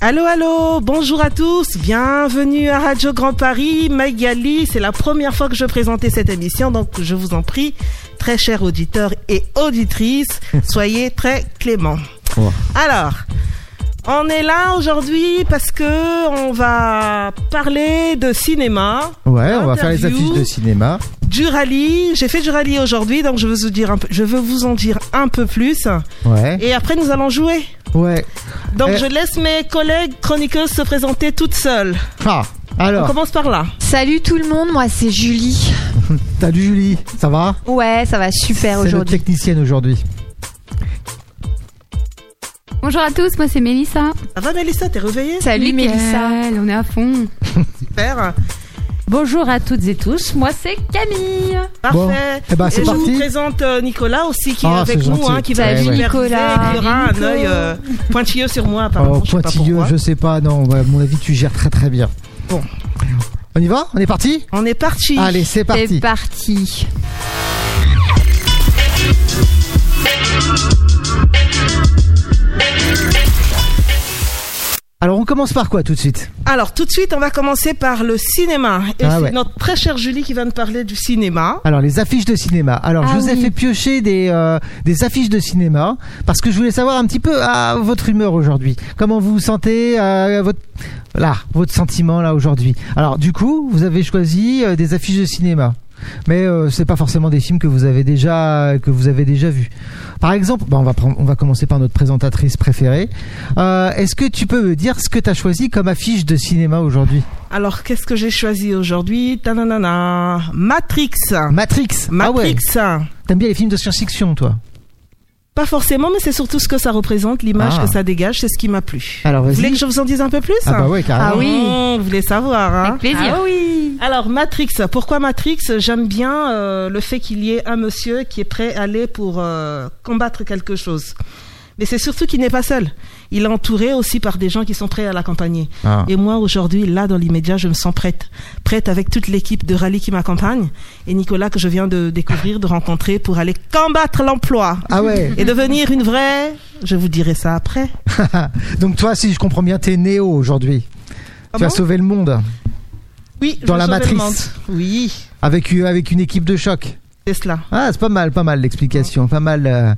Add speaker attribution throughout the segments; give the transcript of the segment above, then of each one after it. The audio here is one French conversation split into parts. Speaker 1: Allô, allô, bonjour à tous, bienvenue à Radio Grand Paris, Magali, c'est la première fois que je présentais cette émission, donc je vous en prie, très chers auditeurs et auditrices, soyez très cléments.
Speaker 2: Oh.
Speaker 1: Alors, on est là aujourd'hui parce que on va parler de cinéma.
Speaker 2: Ouais, on va faire les
Speaker 1: Interview.
Speaker 2: affiches de cinéma.
Speaker 1: Du rallye, j'ai fait du rallye aujourd'hui, donc je veux vous dire un peu, je veux vous en dire un peu plus.
Speaker 2: Ouais.
Speaker 1: Et après, nous allons jouer.
Speaker 2: Ouais.
Speaker 1: Donc,
Speaker 2: Eh.
Speaker 1: je laisse mes collègues chroniqueuses se présenter toutes seules.
Speaker 2: Ah,
Speaker 1: On
Speaker 2: alors,
Speaker 1: commence par là.
Speaker 3: Salut tout le monde, moi c'est Julie.
Speaker 2: salut Julie, ça va
Speaker 3: Ouais, ça va super
Speaker 2: C'est notre
Speaker 3: aujourd'hui.
Speaker 2: technicienne aujourd'hui.
Speaker 4: Bonjour à tous, moi c'est Mélissa.
Speaker 1: Ça va, Mélissa T'es réveillée
Speaker 3: Salut
Speaker 4: Nickel,
Speaker 3: Mélissa.
Speaker 4: On est à fond.
Speaker 1: Super.
Speaker 5: Bonjour à toutes et tous, moi c'est Camille.
Speaker 1: Parfait.
Speaker 2: eh ben, c'est
Speaker 1: Et je
Speaker 2: parti.
Speaker 1: vous présente euh, Nicolas aussi qui
Speaker 2: Ah,
Speaker 1: est avec
Speaker 2: c'est
Speaker 1: nous,
Speaker 2: gentil.
Speaker 1: hein, qui
Speaker 2: Ouais,
Speaker 1: va
Speaker 2: ouais.
Speaker 3: Nicolas,
Speaker 1: Il y aura un
Speaker 3: Nico.
Speaker 1: œil euh, pointilleux sur moi, apparemment.
Speaker 2: Oh,
Speaker 1: je sais pas
Speaker 2: pointilleux,
Speaker 1: pourquoi.
Speaker 2: je sais pas, non, ouais, à mon avis, tu gères très très bien.
Speaker 1: Bon.
Speaker 2: On y va On est parti
Speaker 1: On est parti.
Speaker 2: Allez, c'est parti.
Speaker 3: C'est parti.
Speaker 2: Alors, on commence par quoi tout de suite
Speaker 1: Alors, tout de suite, on va commencer par le cinéma. Et
Speaker 2: Ah
Speaker 1: c'est
Speaker 2: ouais.
Speaker 1: notre très chère Julie qui va nous parler du cinéma.
Speaker 2: Alors, les affiches de cinéma. Alors,
Speaker 3: Ah
Speaker 2: je vous ai
Speaker 3: oui.
Speaker 2: fait piocher des, euh, des affiches de cinéma parce que je voulais savoir un petit peu à votre humeur aujourd'hui. Comment vous vous sentez euh, votre, là, votre sentiment là aujourd'hui. Alors, du coup, vous avez choisi euh, des affiches de cinéma. Mais euh, c'est pas forcément des films que vous avez déjà que vous avez déjà vus. Par exemple, bah, on va prendre- on va commencer par notre présentatrice préférée. Euh, Est-ce que tu peux me dire ce que tu as choisi comme affiche de cinéma aujourd'hui
Speaker 1: Alors, qu'est-ce que j'ai choisi aujourd'hui Tananana. Matrix.
Speaker 2: Matrix. Ah ouais.
Speaker 1: Matrix.
Speaker 2: T'aimes bien les films de science-fiction, toi
Speaker 1: Pas forcément, mais c'est surtout ce que ça représente, l'image
Speaker 2: Ah.
Speaker 1: que ça dégage, c'est ce qui m'a plu.
Speaker 2: Alors
Speaker 1: Vous voulez
Speaker 2: vas-y.
Speaker 1: que je vous en dise un peu plus
Speaker 2: Ah bah ouais, carrément.
Speaker 3: Ah oui.
Speaker 1: Mmh, vous voulez savoir, hein
Speaker 5: Avec plaisir.
Speaker 3: Ah oui.
Speaker 1: Alors Matrix, pourquoi Matrix J'aime bien euh, le fait qu'il y ait un monsieur qui est prêt à aller pour euh, combattre quelque chose. Mais c'est surtout qu'il n'est pas seul. Il est entouré aussi par des gens qui sont prêts à l'accompagner.
Speaker 2: Ah.
Speaker 1: Et moi aujourd'hui, là dans l'immédiat, je me sens prête. Prête avec toute l'équipe de rallye qui m'accompagne et Nicolas que je viens de découvrir, de rencontrer pour aller combattre l'emploi
Speaker 2: Ah ouais.
Speaker 1: et devenir une vraie... Je vous dirai ça après.
Speaker 2: Donc toi, si je comprends bien, t'es Néo aujourd'hui. tu
Speaker 1: Comment
Speaker 2: as sauvé le monde
Speaker 1: oui, Ah je
Speaker 2: dans
Speaker 1: vais
Speaker 2: la
Speaker 1: sauver le
Speaker 2: matrice.
Speaker 1: monde. Oui,
Speaker 2: avec une, avec une équipe de choc.
Speaker 1: c'est cela.
Speaker 2: Ah, c'est pas mal, pas mal l'explication, pas mal euh,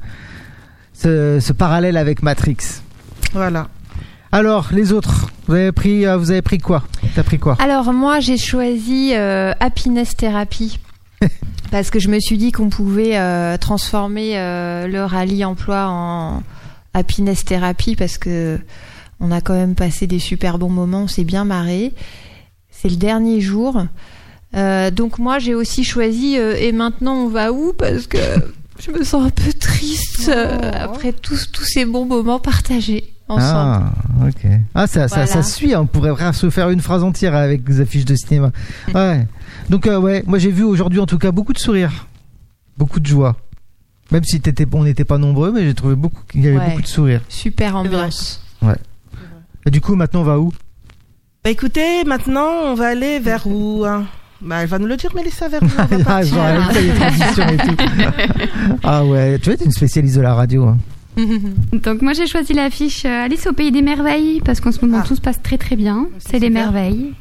Speaker 2: ce, ce parallèle avec Matrix.
Speaker 1: Voilà.
Speaker 2: Alors les autres, vous avez pris, euh, vous avez pris quoi T'as pris quoi
Speaker 3: Alors moi j'ai choisi euh, Happiness Therapy parce que je me suis dit qu'on pouvait euh, transformer euh, le rallye emploi en Happiness Therapy parce que on a quand même passé des super bons moments, on s'est bien marré. C'est le dernier jour. Euh, donc moi j'ai aussi choisi euh, et maintenant on va où parce que je me sens un peu triste euh, après tous tous ces bons moments partagés ensemble.
Speaker 2: Ah, ok. Ah, ça, ça,
Speaker 3: Voilà.
Speaker 2: ça se suit. hein. On pourrait vraiment se faire une phrase entière avec les affiches de cinéma. Ouais. Donc, euh, ouais, moi j'ai vu aujourd'hui en tout cas beaucoup de sourires, beaucoup de joie. Même si t'étais, on n'était pas nombreux, mais j'ai trouvé beaucoup, qu'il y avait
Speaker 3: Ouais.
Speaker 2: beaucoup de sourires.
Speaker 3: Super
Speaker 1: vrai.
Speaker 3: ambiance.
Speaker 2: Et du coup, maintenant, on va où
Speaker 1: Bah écoutez, maintenant on va aller vers où hein Bah elle va nous le dire Mélissa, vers où on va
Speaker 2: Ah,
Speaker 1: partir
Speaker 2: genre, elle fait les transitions et tout. ah ouais, tu vois, t'es une spécialiste de la radio. hein.
Speaker 4: Donc moi j'ai choisi l'affiche euh, Alice au pays des merveilles parce qu'en ce moment
Speaker 1: Ah.
Speaker 4: tout se passe très très bien.
Speaker 1: C'est
Speaker 4: C'est des
Speaker 1: super.
Speaker 4: merveilles.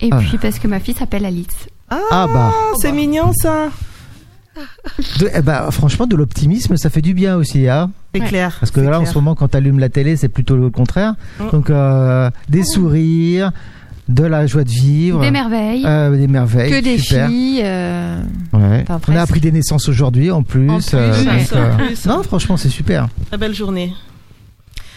Speaker 4: Et
Speaker 2: Ah.
Speaker 4: puis parce que ma fille s'appelle Alice.
Speaker 2: Ah bah.
Speaker 1: Ah, c'est mignon ça.
Speaker 2: De- eh bah, franchement, de l'optimisme, ça fait du bien aussi. Hein
Speaker 1: C'est
Speaker 4: Ouais.
Speaker 1: clair.
Speaker 2: Parce que
Speaker 1: c'est
Speaker 2: là, en
Speaker 1: clair.
Speaker 2: ce moment, quand t'allumes la télé, c'est plutôt le contraire.
Speaker 1: Mm.
Speaker 2: Donc, euh, des sourires, de la joie de vivre.
Speaker 4: Des merveilles.
Speaker 2: euh, des merveilles.
Speaker 1: Eh,
Speaker 3: que des
Speaker 2: super.
Speaker 3: filles. euh,
Speaker 2: Ouais.
Speaker 3: Enfin,
Speaker 2: On
Speaker 3: presque.
Speaker 2: a appris des naissances aujourd'hui, en plus. euh,
Speaker 3: En plus,
Speaker 1: ouais.
Speaker 2: donc,
Speaker 1: En plus.
Speaker 2: Non, franchement, c'est super.
Speaker 1: Très belle journée.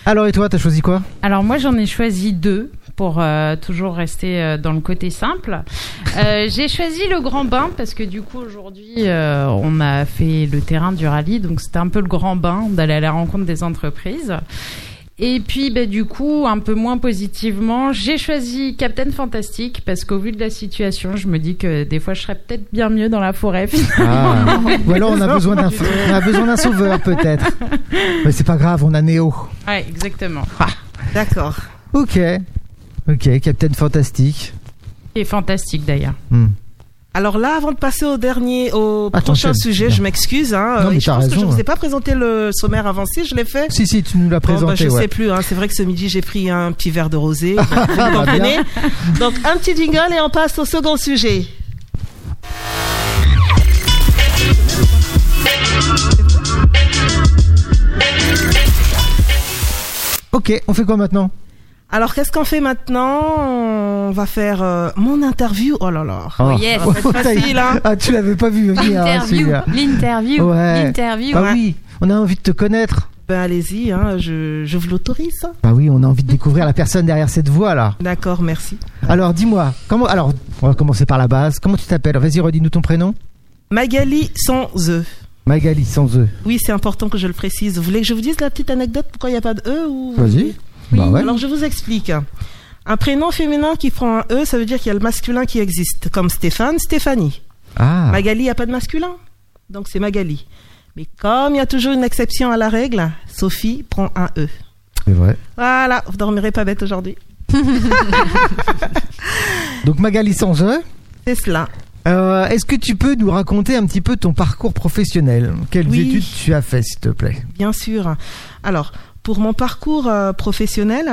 Speaker 2: Alors, et toi, t'as choisi quoi
Speaker 5: Alors moi j'en ai choisi deux pour euh, toujours rester euh, dans le côté simple. Euh, J'ai choisi le grand bain parce que du coup aujourd'hui euh, on a fait le terrain du rallye donc c'était un peu le grand bain d'aller à la rencontre des entreprises. Et puis, bah, du coup, un peu moins positivement, j'ai choisi Captain Fantastic parce qu'au vu de la situation, je me dis que des fois, je serais peut-être bien mieux dans la forêt.
Speaker 2: Ah. Ou alors, on a besoin d'un, on a besoin d'un sauveur, peut-être. Mais c'est pas grave, on a Néo.
Speaker 5: ouais, exactement.
Speaker 1: D'accord.
Speaker 2: Ok. Ok, Captain Fantastique.
Speaker 5: Et fantastique d'ailleurs.
Speaker 2: Hmm.
Speaker 1: Alors là, avant de passer au dernier, au
Speaker 2: Attention.
Speaker 1: prochain sujet,
Speaker 2: Non.
Speaker 1: je m'excuse. Hein,
Speaker 2: Non,
Speaker 1: euh,
Speaker 2: mais
Speaker 1: et je
Speaker 2: t'as
Speaker 1: pense que je
Speaker 2: raison,
Speaker 1: vous ai
Speaker 2: hein.
Speaker 1: pas présenté le sommaire avancé. Je l'ai fait.
Speaker 2: Si, si, tu nous l'as
Speaker 1: Bon, bah,
Speaker 2: présenté.
Speaker 1: je
Speaker 2: ouais. Ah,
Speaker 1: sais plus. Hein, c'est vrai que ce midi, j'ai pris un petit verre de rosé. Vous
Speaker 2: bah,
Speaker 1: comprenez Donc un petit jingle et on passe au second sujet.
Speaker 2: Ok, on fait quoi maintenant
Speaker 1: Alors qu'est-ce qu'on fait maintenant On va faire euh, mon interview. Oh là là.
Speaker 2: Ah.
Speaker 3: yes.
Speaker 1: Ça va être
Speaker 2: t'as-
Speaker 1: facile, hein.
Speaker 2: Ah, tu l'avais pas vu venir, hein,
Speaker 3: L'interview,
Speaker 2: celui-là.
Speaker 3: l'interview,
Speaker 2: Ouais.
Speaker 3: l'interview.
Speaker 1: hein.
Speaker 2: Bah oui, on a envie de te connaître.
Speaker 1: Ben allez-y, hein, je, je vous l'autorise. hein.
Speaker 2: Bah oui, on a envie de découvrir la personne derrière cette voix là.
Speaker 1: D'accord, merci.
Speaker 2: Alors dis-moi, comment alors on va commencer par la base. Comment tu t'appelles Vas-y, redis-nous ton prénom.
Speaker 1: Magali sans E.
Speaker 2: Magali sans E.
Speaker 1: Oui, c'est important que je le précise. Vous voulez que je vous dise la petite anecdote pourquoi il n'y a pas de E ou...
Speaker 2: Vas-y. Bah ouais.
Speaker 1: Alors je vous explique. hein. Un prénom féminin qui prend un E, ça veut dire qu'il y a le masculin qui existe, comme Stéphane, Stéphanie.
Speaker 2: Ah.
Speaker 1: Magali, il n'y a pas de masculin, donc c'est Magali. Mais comme il y a toujours une exception à la règle, Sophie prend un E.
Speaker 2: C'est vrai.
Speaker 1: Voilà, vous dormirez pas bête aujourd'hui.
Speaker 2: Donc Magali sans E.
Speaker 1: C'est cela.
Speaker 2: Euh, Est-ce que tu peux nous raconter un petit peu ton parcours professionnel Quelles
Speaker 1: Oui.
Speaker 2: études tu as fait, s'il te plaît
Speaker 1: Bien sûr. Alors, pour mon parcours euh, professionnel,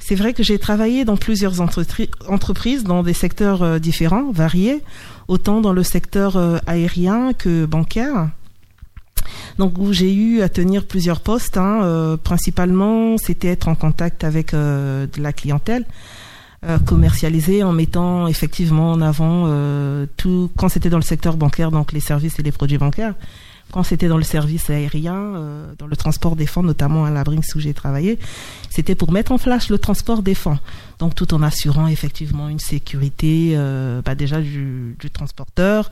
Speaker 1: c'est vrai que j'ai travaillé dans plusieurs entretri- entreprises, dans des secteurs euh, différents, variés, autant dans le secteur euh, aérien que bancaire. Donc, où j'ai eu à tenir plusieurs postes. hein, euh, principalement, c'était être en contact avec euh, de la clientèle, euh, commercialiser en mettant effectivement en avant euh, tout, quand c'était dans le secteur bancaire, donc les services et les produits bancaires quand c'était dans le service aérien, euh, dans le transport des fonds, notamment à la Brinks où j'ai travaillé, c'était pour mettre en flash le transport des fonds. Donc tout en assurant effectivement une sécurité euh, bah, déjà du, du transporteur,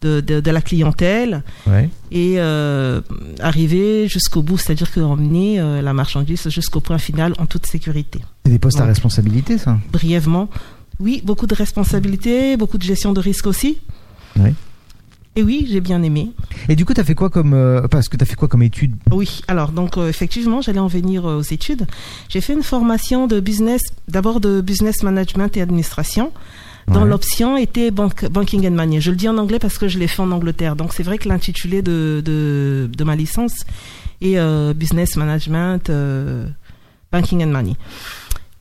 Speaker 1: de, de, de la clientèle,
Speaker 2: Ouais.
Speaker 1: et euh, arriver jusqu'au bout, c'est-à-dire que emmener euh, la marchandise jusqu'au point final en toute sécurité.
Speaker 2: C'est des postes à
Speaker 1: Ouais.
Speaker 2: responsabilité, ça.
Speaker 1: Brièvement, oui, beaucoup de responsabilités, beaucoup de gestion de risque aussi.
Speaker 2: Ouais.
Speaker 1: Et oui, j'ai bien aimé.
Speaker 2: Et du coup, t'as fait quoi comme euh, Parce que t'as fait quoi comme études
Speaker 1: Oui, alors donc euh, effectivement, j'allais en venir euh, aux études. J'ai fait une formation de business, d'abord de business management et administration, dont
Speaker 2: Ouais.
Speaker 1: l'option était bank- banking and money. Je le dis en anglais parce que je l'ai fait en Angleterre. Donc c'est vrai que l'intitulé de, de, de ma licence est euh, business management, euh, banking and money.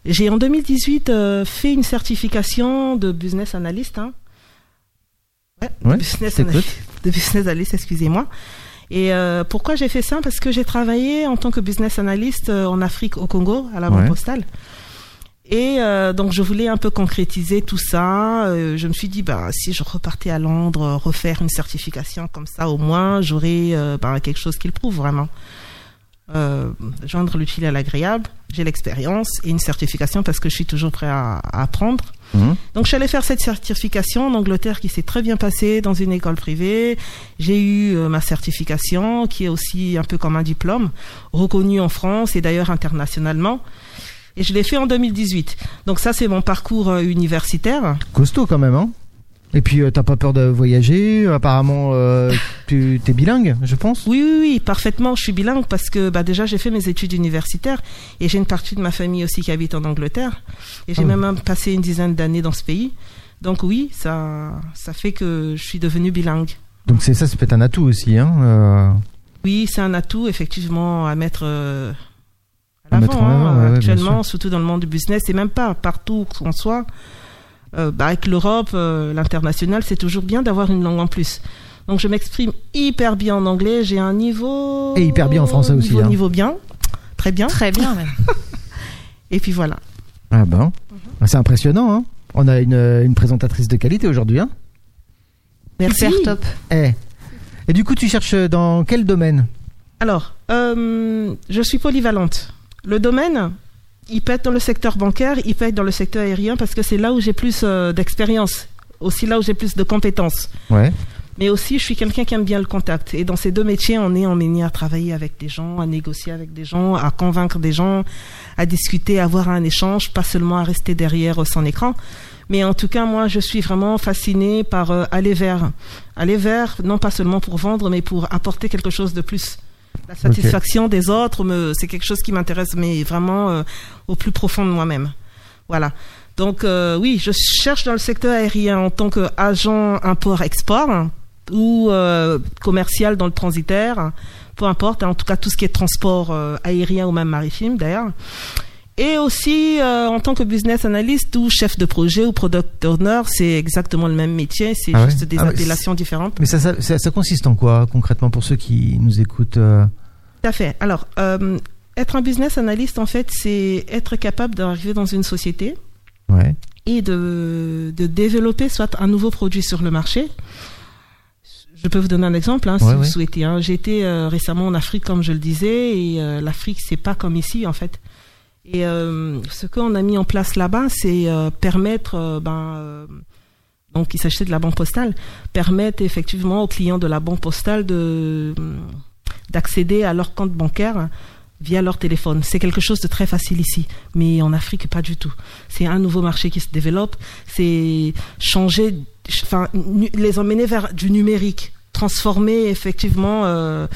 Speaker 1: J'ai en 2018 euh, fait une certification de business analyst. Hein. Ouais, de
Speaker 2: Ouais,
Speaker 1: business
Speaker 2: je t'écoute.
Speaker 1: analyst- de business analyst, excusez-moi. Et euh, pourquoi j'ai fait ça Parce que j'ai travaillé en tant que business analyst euh, en Afrique, au Congo, à la Banque
Speaker 2: Ouais.
Speaker 1: Postale. Et euh, donc je voulais un peu concrétiser tout ça. Euh, je me suis dit, bah, si je repartais à Londres, euh, refaire une certification comme ça, au moins j'aurais euh, bah, quelque chose qui le prouve vraiment. Euh, joindre l'utile à l'agréable. J'ai l'expérience et une certification parce que je suis toujours prêt à- à apprendre.
Speaker 2: Hum.
Speaker 1: Donc je suis allée faire cette certification en Angleterre qui s'est très bien passée dans une école privée. J'ai eu euh, ma certification qui est aussi un peu comme un diplôme reconnu en France et d'ailleurs internationalement. Et je l'ai fait en 2018. Donc ça c'est mon parcours euh, universitaire.
Speaker 2: Costaud quand même, hein Et puis, euh, t'as pas peur de voyager Apparemment, euh, tu t'es bilingue, je pense.
Speaker 1: Oui oui oui, parfaitement, je suis bilingue parce que bah déjà j'ai fait mes études universitaires et j'ai une partie de ma famille aussi qui habite en Angleterre et j'ai
Speaker 2: Ah oui.
Speaker 1: même euh, passé une dizaine d'années dans ce pays. Donc oui, ça ça fait que je suis devenue bilingue.
Speaker 2: Donc c'est ça, c'est peut-être un atout aussi, hein euh,
Speaker 1: Oui, c'est un atout effectivement à mettre euh, à
Speaker 2: À mettre
Speaker 1: l'avant
Speaker 2: en
Speaker 1: hein,
Speaker 2: avant, ouais, ouais, bien
Speaker 1: actuellement, surtout dans le monde du business et même pas partout où on soit. Euh, bah, avec l'Europe, euh, l'international, c'est toujours bien d'avoir une langue en plus. Donc je m'exprime hyper bien en anglais, j'ai un niveau
Speaker 2: Et hyper bien en français aussi,
Speaker 1: Niveau,
Speaker 2: hein.
Speaker 1: niveau bien, très bien.
Speaker 3: Très bien, même.
Speaker 1: Et puis voilà.
Speaker 2: Ah ben, c'est impressionnant, hein On a une, euh, une présentatrice de qualité aujourd'hui, hein
Speaker 1: Merci.
Speaker 3: Super top.
Speaker 2: Eh. Et du coup, tu cherches dans quel domaine
Speaker 1: Alors, euh, je suis polyvalente. Le domaine, il peut être dans le secteur bancaire, il peut être dans le secteur aérien parce que c'est là où j'ai plus euh, d'expérience, aussi là où j'ai plus de compétences.
Speaker 2: Ouais.
Speaker 1: Mais aussi, je suis quelqu'un qui aime bien le contact. Et dans ces deux métiers, on est emmené à travailler avec des gens, à négocier avec des gens, à convaincre des gens, à discuter, à avoir un échange, pas seulement à rester derrière euh, son écran. Mais en tout cas, moi, je suis vraiment fascinée par euh, aller vers. Aller vers, non pas seulement pour vendre, mais pour apporter quelque chose de plus. La satisfaction des autres, me- c'est quelque chose qui m'intéresse, mais vraiment euh, au plus profond de moi-même. Voilà. Donc euh, oui, je cherche dans le secteur aérien en tant qu'agent import-export hein, ou euh, commercial dans le transitaire, hein, peu importe, hein, en tout cas tout ce qui est transport euh, aérien ou même maritime d'ailleurs. Et aussi euh, en tant que business analyst ou chef de projet ou product owner, c'est exactement le même métier, c'est
Speaker 2: Ah ouais
Speaker 1: juste des
Speaker 2: Ah ouais,
Speaker 1: appellations différentes.
Speaker 2: Mais ça, ça, ça- ça consiste en quoi concrètement pour ceux qui nous écoutent euh,
Speaker 1: Tout à fait. Alors, euh, être un business analyst, en fait, c'est être capable d'arriver dans une société
Speaker 2: Ouais.
Speaker 1: et de, de développer soit un nouveau produit sur le marché. Je peux vous donner un exemple hein, si
Speaker 2: Ouais,
Speaker 1: vous
Speaker 2: ouais.
Speaker 1: souhaitez. hein. J'ai été euh, récemment en Afrique, comme je le disais, et euh, l'Afrique, c'est pas comme ici, en fait. Et euh, ce qu'on a mis en place là-bas, c'est euh, permettre, euh, ben, euh, donc il s'agissait de la banque postale, permettre effectivement aux clients de la banque postale de d'accéder à leur compte bancaire hein, via leur téléphone. C'est quelque chose de très facile ici, mais en Afrique, pas du tout. C'est un nouveau marché qui se développe, c'est changer, enfin, nu- les emmener vers du numérique, transformer effectivement euh,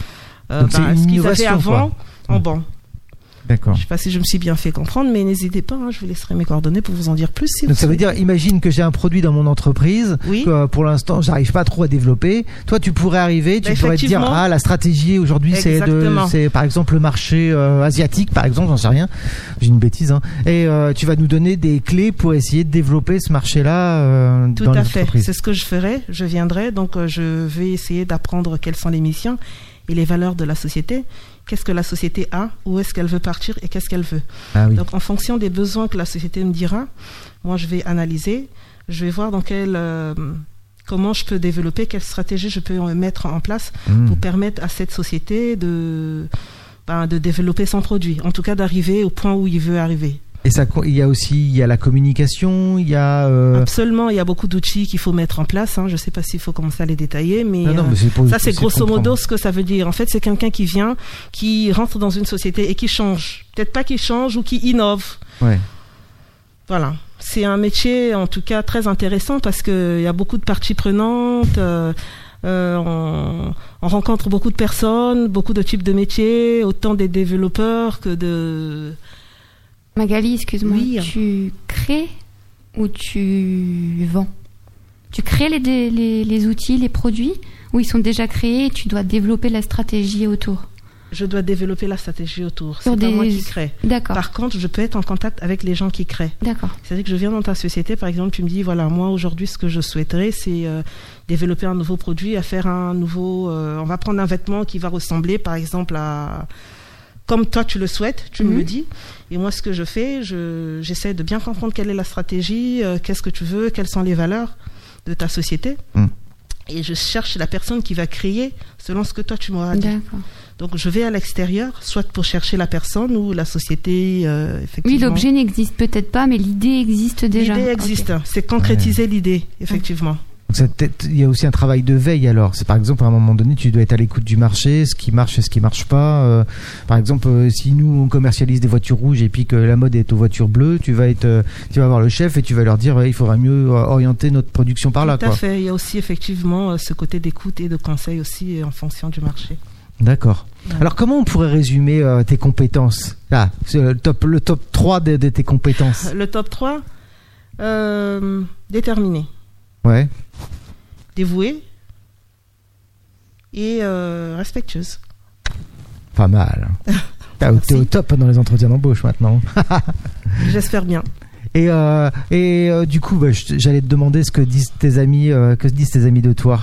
Speaker 1: euh,
Speaker 2: Donc c'est
Speaker 1: ben,
Speaker 2: une
Speaker 1: ce qu'ils avaient
Speaker 2: innovation,
Speaker 1: avant
Speaker 2: quoi.
Speaker 1: en banque.
Speaker 2: D'accord.
Speaker 1: Je sais pas si je me suis bien fait comprendre, mais n'hésitez pas, hein, je vous laisserai mes coordonnées pour vous en dire plus. Si
Speaker 2: Donc
Speaker 1: vous
Speaker 2: ça veut
Speaker 1: souhaitez.
Speaker 2: dire, imagine que j'ai un produit dans mon entreprise
Speaker 1: Oui.
Speaker 2: que euh, pour l'instant j'arrive pas trop à développer. Toi, tu pourrais arriver, tu
Speaker 1: Bah,
Speaker 2: pourrais te dire
Speaker 1: effectivement.
Speaker 2: ah la stratégie aujourd'hui c'est de,
Speaker 1: Exactement.
Speaker 2: c'est par exemple le marché euh, asiatique par exemple, j'en sais rien, j'ai une bêtise. Hein. Et euh, tu vas nous donner des clés pour essayer de développer ce marché-là euh,
Speaker 1: Tout
Speaker 2: dans
Speaker 1: à fait,
Speaker 2: l'entreprise.
Speaker 1: c'est ce que je ferai. Je viendrai, donc euh, je vais essayer d'apprendre quelles sont les missions et les valeurs de la société. Qu'est-ce que la société a, où est-ce qu'elle veut partir et qu'est-ce qu'elle veut.
Speaker 2: Ah oui.
Speaker 1: Donc en fonction des besoins que la société me dira, moi je vais analyser, je vais voir dans quel, euh, comment je peux développer, quelle stratégie je peux en mettre en place
Speaker 2: Hmm.
Speaker 1: pour permettre à cette société de, ben, de développer son produit, en tout cas d'arriver au point où il veut arriver.
Speaker 2: Et ça, co- il y a aussi, il y a la communication, il y a. euh,
Speaker 1: Absolument, il y a beaucoup d'outils qu'il faut mettre en place. hein. Je ne sais pas s'il faut commencer à les détailler, mais,
Speaker 2: non, non,
Speaker 1: euh,
Speaker 2: mais c'est pour-
Speaker 1: ça c'est
Speaker 2: pour
Speaker 1: grosso
Speaker 2: comprendre.
Speaker 1: modo ce que ça veut dire. En fait, c'est quelqu'un qui vient, qui rentre dans une société et qui change. Peut-être pas qui change ou qui innove.
Speaker 2: Ouais.
Speaker 1: Voilà. C'est un métier, en tout cas, très intéressant parce qu'il y a beaucoup de parties prenantes. euh, euh, on, on rencontre beaucoup de personnes, beaucoup de types de métiers, autant des développeurs que de.
Speaker 4: Magali, excuse-moi,
Speaker 1: Oui.
Speaker 4: tu crées ou tu vends Tu crées les, dé- les, les outils, les produits, ou ils sont déjà créés et tu dois développer la stratégie autour
Speaker 1: Je dois développer la stratégie autour.
Speaker 4: Sur
Speaker 1: C'est pas
Speaker 4: des-
Speaker 1: moi qui crée.
Speaker 4: D'accord,
Speaker 1: Par contre, je peux être en contact avec les gens qui créent.
Speaker 4: d'accord.
Speaker 1: C'est-à-dire que je viens dans ta société, par exemple, tu me dis, voilà, moi aujourd'hui, ce que je souhaiterais, c'est euh, développer un nouveau produit, à faire un nouveau... euh, on va prendre un vêtement qui va ressembler, par exemple, à... Comme toi, tu le souhaites, tu me
Speaker 4: Mhm.
Speaker 1: le dis. Et moi, ce que je fais, je- j'essaie de bien comprendre quelle est la stratégie, euh, qu'est-ce que tu veux, quelles sont les valeurs de ta société.
Speaker 2: Mhm.
Speaker 1: Et je cherche la personne qui va créer selon ce que toi, tu m'auras dit.
Speaker 4: D'accord.
Speaker 1: Donc, je vais à l'extérieur, soit pour chercher la personne ou la société, euh,
Speaker 4: Oui,
Speaker 1: effectivement.
Speaker 4: l'objet n'existe peut-être pas, mais l'idée existe déjà.
Speaker 1: L'idée
Speaker 4: Ok.
Speaker 1: existe, c'est concrétiser l'idée, effectivement.
Speaker 2: Donc ça, peut-être, il y a aussi un travail de veille alors. C'est par exemple à un moment donné, tu dois être à l'écoute du marché, ce qui marche et ce qui marche pas. Euh, par exemple, euh, si nous on commercialise des voitures rouges et puis que la mode est aux voitures bleues, tu vas être, euh, tu vas voir le chef et tu vas leur dire, Ouais, il faudrait mieux euh, orienter notre production par là,
Speaker 1: Tout à
Speaker 2: quoi.
Speaker 1: fait, il y a aussi effectivement euh, ce côté d'écoute et de conseil aussi euh, en fonction du marché.
Speaker 2: D'accord.
Speaker 1: Ouais.
Speaker 2: Alors comment on pourrait résumer euh, tes compétences Là, c'est le top, le top 3 de, de tes compétences.
Speaker 1: Euh, Le top 3, euh, déterminé,
Speaker 2: Ouais.
Speaker 1: dévoué et euh, respectueuse.
Speaker 2: Pas mal. T'as- T'es au
Speaker 1: Merci.
Speaker 2: top dans les entretiens d'embauche maintenant.
Speaker 1: J'espère bien.
Speaker 2: Et, euh, et euh, du coup, bah, je- j'allais te demander ce que disent tes amis, euh, que disent tes amis de toi.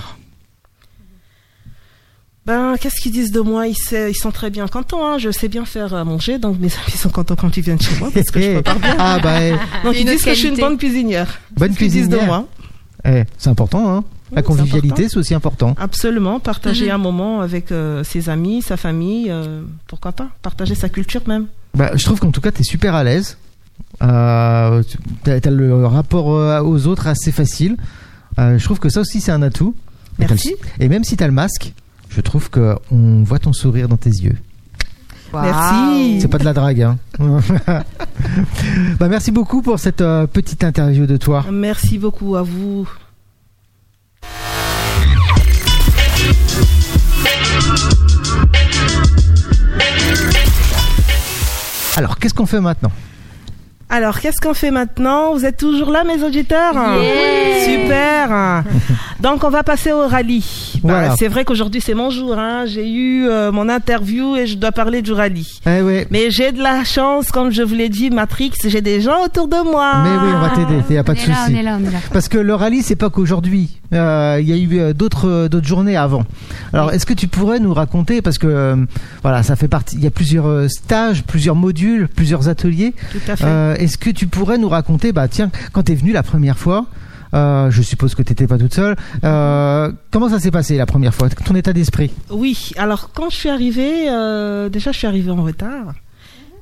Speaker 1: Ben, qu'est-ce qu'ils disent de moi ils, sa- ils sont très bien contents, hein. je sais bien faire à manger, donc mes amis sont contents quand ils viennent chez moi parce que je prépare bien.
Speaker 2: ah bah, eh,
Speaker 1: Donc ils
Speaker 3: C'est une
Speaker 1: disent
Speaker 3: autre
Speaker 1: que je suis une
Speaker 3: qualité.
Speaker 1: bonne cuisinière.
Speaker 2: bonne
Speaker 1: Ce qu'ils disent
Speaker 2: cuisine.
Speaker 1: de moi.
Speaker 2: c'est important, hein.
Speaker 1: Oui,
Speaker 2: La
Speaker 1: c'est
Speaker 2: convivialité, c'est aussi important.
Speaker 1: Absolument, partager
Speaker 2: Mhm.
Speaker 1: un moment avec euh, ses amis, sa famille, euh, pourquoi pas, partager sa culture même.
Speaker 2: Bah, je trouve qu'en tout cas, t'es super à l'aise. Euh, tu- t'as, t'as le rapport euh, aux autres assez facile. Euh, je trouve que ça aussi, c'est un atout. Et t'as le-
Speaker 1: Merci.
Speaker 2: Et même si t'as le masque, je trouve que on voit ton sourire dans tes yeux.
Speaker 1: Merci.
Speaker 2: C'est pas de la drague, hein. bah, merci beaucoup pour cette euh, petite interview de toi.
Speaker 1: Merci beaucoup à vous.
Speaker 2: Alors, qu'est-ce qu'on fait maintenant
Speaker 1: Alors, qu'est-ce qu'on fait maintenant Vous êtes toujours là, mes auditeurs
Speaker 5: Yeah.
Speaker 1: Super Donc, on va passer au rallye. Bah,
Speaker 2: Voilà.
Speaker 1: C'est vrai qu'aujourd'hui, c'est mon jour. hein. J'ai eu euh, mon interview et je dois parler du rallye.
Speaker 2: Eh ouais.
Speaker 1: Mais j'ai de la chance, comme je vous l'ai dit, Matrix, j'ai des gens autour de moi.
Speaker 2: Mais oui, on va t'aider, il n'y a pas
Speaker 4: on
Speaker 2: de
Speaker 4: est là, on
Speaker 2: souci.
Speaker 4: est là, on est là.
Speaker 2: Parce que le rallye, c'est pas qu'aujourd'hui. Euh, Il y a eu euh, d'autres euh, d'autres journées avant. Alors, est-ce que tu pourrais nous raconter parce que euh, voilà, ça fait partie. Il y a plusieurs euh, stages, plusieurs modules, plusieurs ateliers.
Speaker 1: Tout à fait.
Speaker 2: Euh, est-ce que tu pourrais nous raconter, bah tiens, quand t'es venue la première fois, euh, je suppose que t'étais pas toute seule. euh, comment ça s'est passé la première fois Ton état d'esprit
Speaker 1: Oui, alors quand je suis arrivée, euh, déjà je suis arrivée en retard.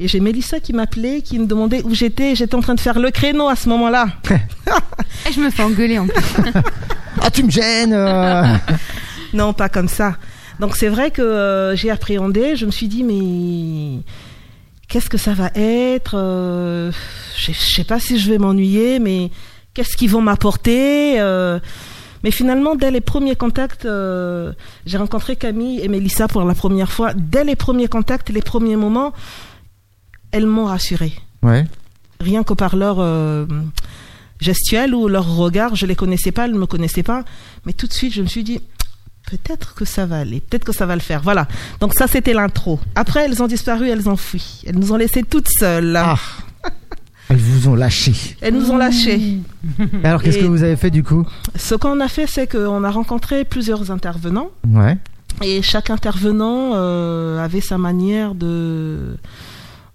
Speaker 1: Et j'ai Mélissa qui m'appelait, qui me demandait où j'étais. J'étais en train de faire le créneau à ce moment-là.
Speaker 4: Et je me fais engueuler en plus.
Speaker 2: Ah, tu me gênes euh.
Speaker 1: Non, pas comme ça. Donc c'est vrai que euh, j'ai appréhendé. Je me suis dit, mais qu'est-ce que ça va être Euh, Je je sais pas si je vais m'ennuyer, mais qu'est-ce qu'ils vont m'apporter Euh, Mais finalement, dès les premiers contacts, euh, j'ai rencontré Camille et Mélissa pour la première fois. Dès les premiers contacts, les premiers moments, elles m'ont rassurée.
Speaker 2: Ouais.
Speaker 1: rien que par leur euh, gestuelle ou leur regard, je les connaissais pas, elles ne me connaissaient pas, mais tout de suite je me suis dit peut-être que ça va aller, peut-être que ça va le faire. Voilà. Donc ça c'était l'intro. Après elles ont disparu, elles ont fui, elles nous ont laissées toutes seules.
Speaker 2: Ah. Elles vous ont lâché.
Speaker 1: Elles nous ont lâchées.
Speaker 2: Et Alors, qu'est-ce
Speaker 1: Et-
Speaker 2: que vous avez fait du coup
Speaker 1: Ce qu'on a fait, c'est qu'on a rencontré plusieurs intervenants
Speaker 2: Ouais.
Speaker 1: et chaque intervenant euh, avait sa manière de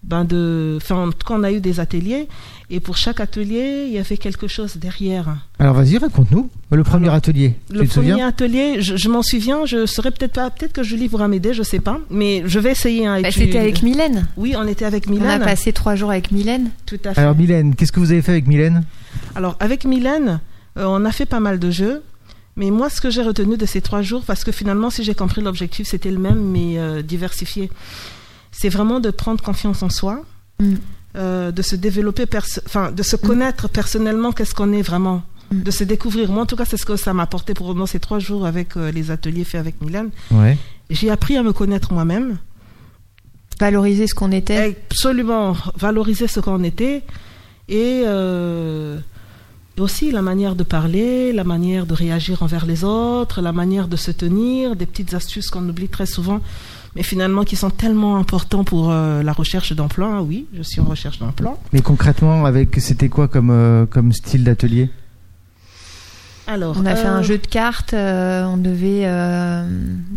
Speaker 1: ben de enfin en tout cas on a eu des ateliers et pour chaque atelier il y avait quelque chose derrière
Speaker 2: Alors, vas-y, raconte-nous le premier atelier.
Speaker 1: Le
Speaker 2: tu te
Speaker 1: premier
Speaker 2: souviens
Speaker 1: atelier, je, je m'en souviens, je serais peut-être pas, peut-être que Julie pourra m'aider, je sais pas, mais je vais essayer. hein, et
Speaker 3: Bah,
Speaker 1: tu-
Speaker 3: C'était avec Mylène.
Speaker 1: Oui, on était avec
Speaker 3: On a
Speaker 1: Mylène.
Speaker 3: passé trois jours avec Mylène.
Speaker 1: Tout à fait.
Speaker 2: Alors,
Speaker 1: Alors,
Speaker 2: Mylène, qu'est-ce que vous avez fait avec Mylène
Speaker 1: avec Mylène, euh, on a fait pas mal de jeux, mais moi, ce que j'ai retenu de ces trois jours, parce que finalement, si j'ai compris l'objectif, c'était le même, mais euh, diversifié. C'est vraiment de prendre confiance en soi,
Speaker 3: Mm.
Speaker 1: euh, de se développer, perso- enfin, de se connaître personnellement, qu'est-ce qu'on est vraiment,
Speaker 3: Mm.
Speaker 1: de se découvrir. Moi, en tout cas, c'est ce que ça m'a apporté pendant ces trois jours avec euh, les ateliers faits avec Mylène.
Speaker 2: Ouais.
Speaker 1: J'ai appris à me connaître moi-même,
Speaker 3: Valoriser ce qu'on était.
Speaker 1: absolument valoriser ce qu'on était et euh, aussi la manière de parler, la manière de réagir envers les autres, la manière de se tenir, des petites astuces qu'on oublie très souvent, mais finalement qui sont tellement importants pour euh, la recherche d'emploi. Ah Oui, je suis en recherche d'emploi.
Speaker 2: Mais concrètement, avec c'était quoi comme, euh, comme style d'atelier
Speaker 1: Alors,
Speaker 3: On a fait
Speaker 1: euh,
Speaker 3: un jeu de cartes. euh, on devait euh,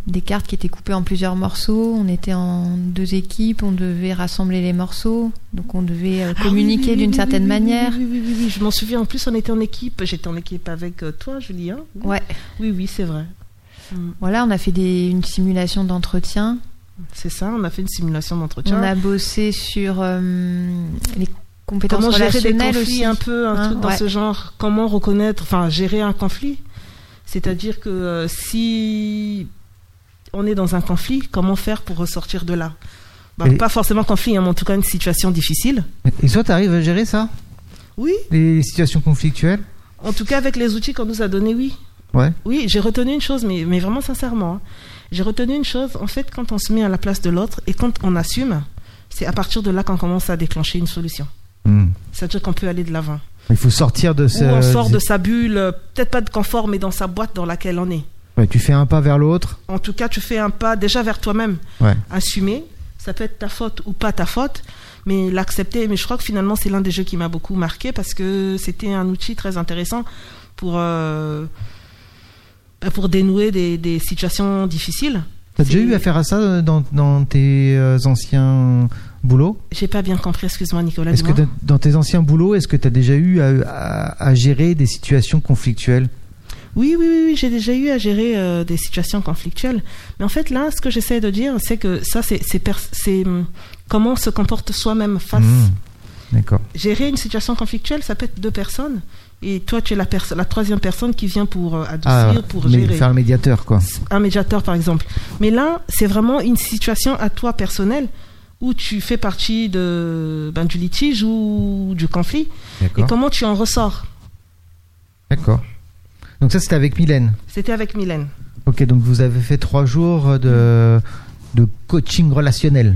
Speaker 3: des cartes qui étaient coupées en plusieurs morceaux. On était en deux équipes. On devait rassembler les morceaux. Donc on devait euh,
Speaker 1: ah oui,
Speaker 3: communiquer
Speaker 1: oui, oui,
Speaker 3: d'une
Speaker 1: oui,
Speaker 3: certaine
Speaker 1: oui, oui,
Speaker 3: manière.
Speaker 1: Oui, oui, oui, oui, je m'en souviens. En plus, on était en équipe. J'étais en équipe avec euh, toi, Julien. Oui.
Speaker 3: Ouais.
Speaker 1: Oui, oui, c'est vrai. Mm,
Speaker 3: Voilà, on a fait des, une simulation d'entretien.
Speaker 1: C'est ça. On a fait une simulation d'entretien.
Speaker 3: On a bossé sur euh, les compétences
Speaker 1: Comment gérer des
Speaker 3: relationnelles
Speaker 1: conflits
Speaker 3: aussi.
Speaker 1: un peu, un
Speaker 3: Hein,
Speaker 1: truc dans
Speaker 3: ouais.
Speaker 1: ce genre. Comment reconnaître, enfin gérer un conflit. C'est-à-dire que euh, si on est dans un conflit, comment faire pour ressortir de là Bah,
Speaker 2: Et-
Speaker 1: Pas forcément conflit, hein, mais en tout cas une situation difficile.
Speaker 2: Et toi, t'arrives à gérer ça
Speaker 1: Oui,
Speaker 2: Les situations conflictuelles
Speaker 1: en tout cas avec les outils qu'on nous a donnés, oui.
Speaker 2: Ouais.
Speaker 1: Oui, j'ai retenu une chose, mais, mais vraiment sincèrement. hein. J'ai retenu une chose, en fait, quand on se met à la place de l'autre et quand on assume, c'est à partir de là qu'on commence à déclencher une solution.
Speaker 2: Hmm.
Speaker 1: C'est-à-dire qu'on peut aller de l'avant.
Speaker 2: Il faut sortir de ce.
Speaker 1: Ou on sort de sa bulle, euh, peut-être pas de confort, mais dans sa boîte dans laquelle on est.
Speaker 2: Ouais, tu fais un pas vers l'autre.
Speaker 1: En tout cas, tu fais un pas déjà vers toi-même.
Speaker 2: Ouais.
Speaker 1: Assumer, ça peut être ta faute ou pas ta faute, mais l'accepter. Mais je crois que finalement, c'est l'un des jeux qui m'a beaucoup marqué parce que c'était un outil très intéressant pour, euh, bah, pour dénouer des, des situations difficiles.
Speaker 2: T'as déjà
Speaker 1: C'est-
Speaker 2: eu affaire à ça euh, dans, dans tes euh, anciens boulots
Speaker 1: J'ai pas bien compris, excuse-moi Nicolas.
Speaker 2: Est-ce que
Speaker 1: dis-moi.
Speaker 2: t'as- dans tes anciens boulots, est-ce que t'as déjà eu à, à- à gérer des situations conflictuelles
Speaker 1: Oui, oui, oui, oui, j'ai déjà eu à gérer euh, des situations conflictuelles. Mais en fait, là, ce que j'essaie de dire, c'est que ça, c'est- c'est pers- c'est, hum, comment on se comporte soi-même face.
Speaker 2: Hmm. D'accord.
Speaker 1: Gérer une situation conflictuelle, ça peut être deux personnes. Et toi, tu es la, perso- la troisième personne qui vient pour euh,
Speaker 2: Ah,
Speaker 1: adoucir, pour
Speaker 2: mais
Speaker 1: gérer.
Speaker 2: faire le médiateur, quoi.
Speaker 1: Un médiateur, par exemple. Mais là, c'est vraiment une situation à toi personnelle où tu fais partie de, ben, du litige ou du conflit. Et
Speaker 2: D'accord.
Speaker 1: comment tu en ressors
Speaker 2: D'accord. Donc ça, c'était avec Mylène.
Speaker 1: C'était avec Mylène.
Speaker 2: Ok, donc vous avez fait trois jours de, de coaching relationnel.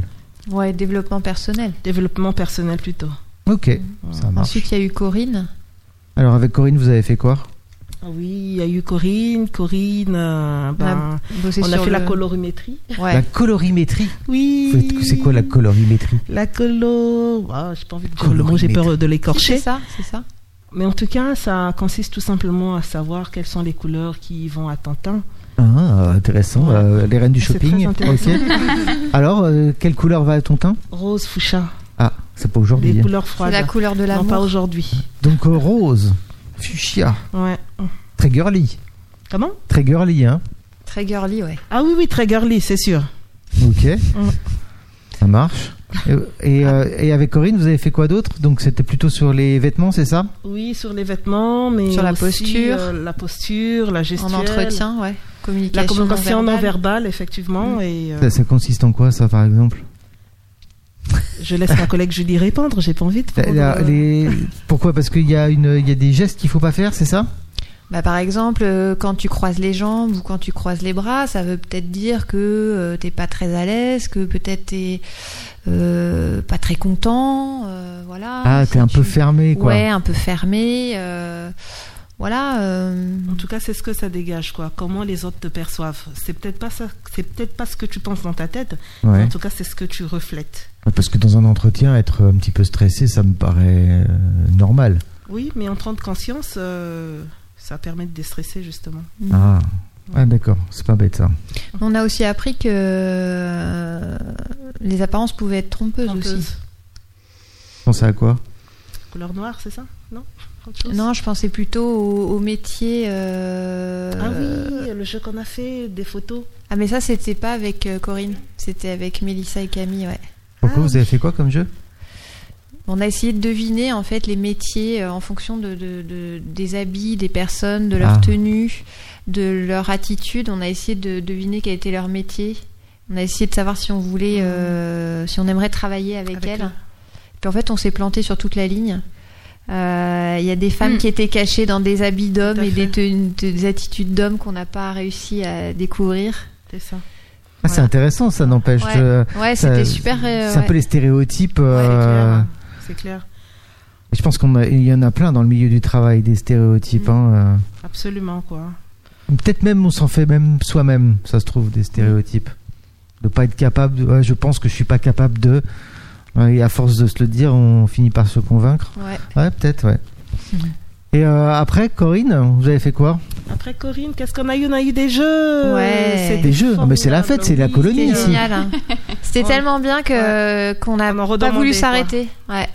Speaker 3: Ouais, développement personnel.
Speaker 1: Développement personnel plutôt.
Speaker 2: Ok, ça marche.
Speaker 3: Ensuite, il y a eu Corinne.
Speaker 2: Alors avec Corinne, vous avez fait quoi
Speaker 1: Ah Oui, il y a eu Corinne, Corinne, euh, ben,
Speaker 3: Bosser
Speaker 1: on a
Speaker 3: sur
Speaker 1: fait la
Speaker 3: le-
Speaker 1: colorimétrie.
Speaker 3: Ouais.
Speaker 2: La colorimétrie.
Speaker 1: Oui.
Speaker 2: Faut- C'est quoi la colorimétrie
Speaker 1: La colo... Ah, j'ai pas envie de dire le mot, j'ai peur de
Speaker 3: C'est
Speaker 1: l'écorcher.
Speaker 3: ça, c'est ça.
Speaker 1: Mais en tout cas, ça consiste tout simplement à savoir quelles sont les couleurs qui vont à Tintin.
Speaker 2: Ah, intéressant.
Speaker 1: Ouais.
Speaker 2: euh, les reines du
Speaker 1: C'est
Speaker 2: shopping.
Speaker 1: très intéressant.
Speaker 2: Ok. Alors, euh, quelle couleur va à ton teint
Speaker 1: Rose, foucha,
Speaker 2: Ah, c'est pas
Speaker 1: des
Speaker 2: aujourd'hui. hein.
Speaker 1: couleurs
Speaker 3: C'est
Speaker 1: froides.
Speaker 3: la couleur de
Speaker 1: non, pas
Speaker 3: l'amour.
Speaker 1: aujourd'hui.
Speaker 2: Donc euh, rose, fuchsia,
Speaker 1: Ouais.
Speaker 2: très girly,
Speaker 1: Comment
Speaker 2: très girly, hein.
Speaker 3: Très girly, ouais.
Speaker 1: Ah oui, oui, très girly, c'est sûr.
Speaker 2: Ok. Ça marche. Et, et, euh, et avec Corinne, vous avez fait quoi d'autre Donc c'était plutôt sur les vêtements, c'est ça
Speaker 1: Oui, sur les vêtements, mais
Speaker 3: Sur la
Speaker 1: aussi,
Speaker 3: posture.
Speaker 1: euh, la posture, la gestuelle,
Speaker 3: En entretien, ouais. Communication.
Speaker 1: la communication non
Speaker 3: non-verbale.
Speaker 1: verbale, effectivement. Et euh,
Speaker 2: Mm. ça, ça consiste en quoi, ça, par exemple
Speaker 1: je laisse ma collègue Julie répondre. J'ai pas envie de. prendre,
Speaker 2: La-
Speaker 1: euh,
Speaker 2: les- Pourquoi Parce qu'il y, a une- il y a des gestes qu'il faut pas faire, c'est ça
Speaker 3: Bah, par exemple, euh, quand tu croises les jambes ou quand tu croises les bras, ça veut peut-être dire que euh, t'es pas très à l'aise, que peut-être t'es euh, pas très content, euh, voilà.
Speaker 2: Ah, t'es
Speaker 3: Si
Speaker 2: un peu
Speaker 3: tu-
Speaker 2: fermé, quoi.
Speaker 3: Ouais, un peu fermé, euh, voilà. euh,
Speaker 1: En tout cas, c'est ce que ça dégage, quoi. Comment les autres te perçoivent. C'est peut-être pas ça. C'est peut-être pas ce que tu penses dans ta tête.
Speaker 2: Ouais.
Speaker 1: Mais en tout cas, c'est ce que tu reflètes.
Speaker 2: Parce que dans un entretien, être un petit peu stressé, ça me paraît euh, normal.
Speaker 1: Oui, mais en prendre conscience, euh, ça permet de déstresser justement.
Speaker 3: Mm.
Speaker 2: Ah, ah d'accord, c'est pas bête ça.
Speaker 3: On a aussi appris que euh, les apparences pouvaient être trompeuses aussi.
Speaker 1: Trompeuse.
Speaker 2: Pensez à quoi
Speaker 1: Couleur noire, c'est ça Non. Autre chose
Speaker 3: Non, je pensais plutôt au, au métier. euh,
Speaker 1: Ah oui, le jeu qu'on a fait, des photos.
Speaker 3: Ah, mais ça, c'était pas avec euh, Corinne, c'était avec Mélissa et Camille, ouais.
Speaker 2: Pourquoi
Speaker 1: Ah,
Speaker 2: vous avez fait quoi comme jeu
Speaker 3: On a essayé de deviner en fait les métiers euh, en fonction de, de- de- des habits des personnes, de leur
Speaker 2: Ah.
Speaker 3: tenue, de leur attitude. On a essayé de deviner quel était leur métier. On a essayé de savoir si on voulait, euh, si on aimerait travailler avec,
Speaker 1: Mmh. Avec
Speaker 3: elles.
Speaker 1: eux.
Speaker 3: Puis en fait, on s'est planté sur toute la ligne. Euh, Il y a des femmes
Speaker 4: Mm.
Speaker 3: qui étaient cachées dans des habits d'hommes
Speaker 1: Mmh. Tout à
Speaker 3: et
Speaker 1: fait.
Speaker 3: des, tenues- des attitudes d'hommes qu'on n'a pas réussi à découvrir.
Speaker 1: C'est ça.
Speaker 2: Ah, c'est
Speaker 1: Voilà.
Speaker 2: intéressant ça, n'empêche.
Speaker 3: Ouais.
Speaker 2: euh,
Speaker 3: Ouais,
Speaker 2: ça-
Speaker 3: c'était super. euh,
Speaker 2: C'est un
Speaker 3: ouais.
Speaker 2: peu les stéréotypes.
Speaker 1: C'est clair,
Speaker 2: euh,
Speaker 1: hein. C'est clair.
Speaker 2: Je pense qu'on a- il y en a plein dans le milieu du travail des stéréotypes.
Speaker 1: Mm.
Speaker 2: hein,
Speaker 1: Absolument, quoi.
Speaker 2: euh. Peut-être même on s'en fait même soi-même, ça se trouve des stéréotypes. De pas être capable. de- ouais, je pense que je suis pas capable de. Ouais, et à force de se le dire, on finit par se convaincre.
Speaker 3: Ouais.
Speaker 2: Ouais, peut-être, ouais.
Speaker 1: Mm.
Speaker 2: Et euh, après, Corinne, vous avez fait quoi
Speaker 1: Après Corinne, qu'est-ce qu'on a eu On a eu des jeux.
Speaker 3: Ouais.
Speaker 1: C'était
Speaker 2: Des jeux. Non, mais c'est la
Speaker 1: formidable.
Speaker 2: fête, c'est la
Speaker 1: Oui,
Speaker 2: colonie
Speaker 1: c'était,
Speaker 3: C'était
Speaker 2: ici.
Speaker 1: euh,
Speaker 3: génial. hein. C'était
Speaker 1: Ouais.
Speaker 3: tellement bien que qu'on a
Speaker 1: On en
Speaker 3: pas
Speaker 1: redemandait,
Speaker 3: voulu
Speaker 1: quoi.
Speaker 3: s'arrêter. Ouais.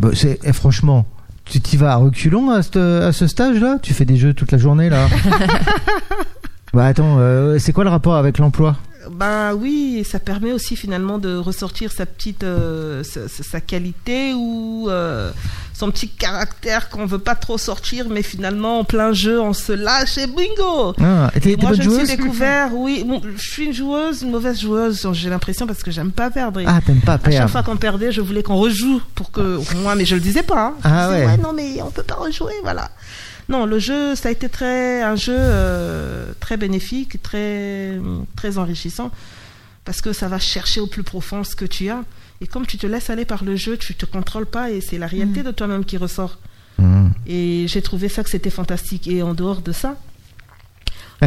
Speaker 2: Bah, c'est- eh, Franchement, tu t'y vas à reculons à ce, à ce stage-là Tu fais des jeux toute la journée, là Bah attends, euh, c'est quoi le rapport avec l'emploi
Speaker 1: Ben oui, ça permet aussi finalement de ressortir sa petite, euh, sa, sa- sa qualité ou euh, son petit caractère qu'on veut pas trop sortir, mais finalement en plein jeu, on se lâche et bingo.
Speaker 2: ah, T'es t'es
Speaker 1: Moi,
Speaker 2: bonne
Speaker 1: je me
Speaker 2: joueuse
Speaker 1: suis découvert, oui, bon, je suis une joueuse, une mauvaise joueuse, j'ai l'impression parce que j'aime pas perdre. Et
Speaker 2: Ah, t'aimes pas
Speaker 1: À chaque
Speaker 2: perdre.
Speaker 1: fois qu'on perdait, je voulais qu'on rejoue pour que moi, mais je le disais pas. hein. Je
Speaker 2: Ah
Speaker 1: disais,
Speaker 2: ouais.
Speaker 1: Non, mais on peut pas rejouer, voilà. Non, le jeu, ça a été très un jeu euh, très bénéfique, très très enrichissant parce que ça va chercher au plus profond ce que tu as. Et comme tu te laisses aller par le jeu, tu te contrôles pas et c'est la réalité
Speaker 2: Mm.
Speaker 1: de toi-même qui ressort.
Speaker 2: Hmm.
Speaker 1: Et j'ai trouvé ça que c'était fantastique. Et en dehors de ça,
Speaker 2: La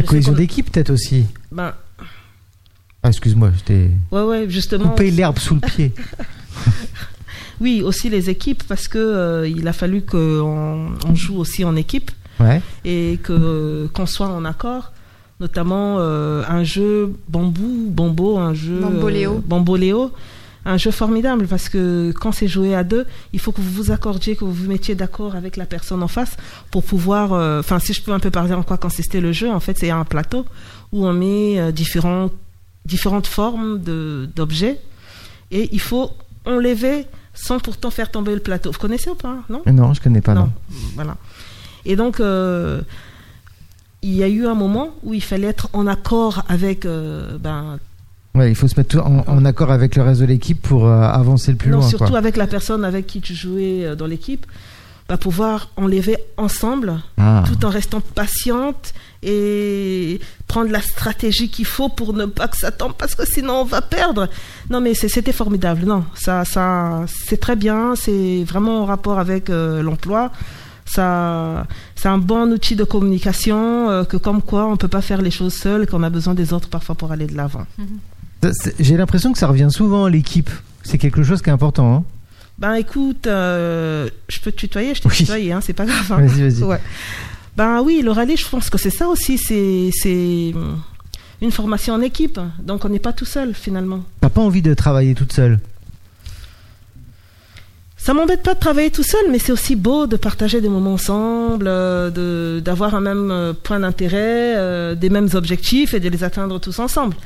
Speaker 1: Je sais
Speaker 2: cohésion
Speaker 1: qu'on-
Speaker 2: d'équipe, peut-être aussi.
Speaker 1: ben
Speaker 2: Ah, excuse-moi, je t'ai
Speaker 1: ouais ouais justement.
Speaker 2: coupé l'herbe sous le pied.
Speaker 1: Oui aussi les équipes parce que euh, il a fallu qu'on on joue aussi en équipe.
Speaker 2: Ouais.
Speaker 1: et que euh, qu'on soit en accord notamment euh, un jeu bambou bombo un jeu
Speaker 3: Bamboléo.
Speaker 1: euh, bamboléo un jeu formidable parce que quand c'est joué à deux il faut que vous vous accordiez que vous vous mettiez d'accord avec la personne en face pour pouvoir euh, enfin si je peux un peu parler en quoi consistait le jeu en fait c'est un plateau où on met euh, différents- différentes formes de d'objets et il faut enlever sans pourtant faire tomber le plateau vous connaissez ou pas non
Speaker 2: Non, je connais pas, non.
Speaker 1: non. Voilà. Et donc, euh, il y a eu un moment où il fallait être en accord avec. euh, ben,
Speaker 2: Ouais, il faut se mettre tout en, en accord avec le reste de l'équipe pour euh, avancer le plus
Speaker 1: non,
Speaker 2: loin.
Speaker 1: surtout
Speaker 2: quoi.
Speaker 1: avec la personne avec qui tu jouais euh, dans l'équipe. va pouvoir enlever ensemble
Speaker 2: Ah.
Speaker 1: tout en restant patiente et prendre la stratégie qu'il faut pour ne pas que ça tombe parce que sinon on va perdre. Non mais c'est- c'était formidable. Non, ça ça c'est très bien, c'est vraiment en rapport avec euh, l'emploi. Ça c'est un bon outil de communication euh, que comme quoi on peut pas faire les choses seul, qu'on a besoin des autres parfois pour aller de l'avant.
Speaker 2: Ça, c'est- J'ai l'impression que ça revient souvent à l'équipe. C'est quelque chose qui est important. hein.
Speaker 1: Ben écoute, euh, je peux te tutoyer, je t'ai
Speaker 2: Oui.
Speaker 1: tutoyé hein, c'est pas grave. hein.
Speaker 2: Vas-y, vas-y.
Speaker 1: Ouais. Ben oui, le rallye, je pense que c'est ça aussi. C'est c'est hum, une formation en équipe. Donc on n'est pas tout seul finalement.
Speaker 2: T'as pas envie de travailler toute seule.
Speaker 1: Ça m'embête pas de travailler tout seul, mais c'est aussi beau de partager des moments ensemble, euh, de- d'avoir un même euh, point d'intérêt, euh, des mêmes objectifs et de les atteindre tous ensemble.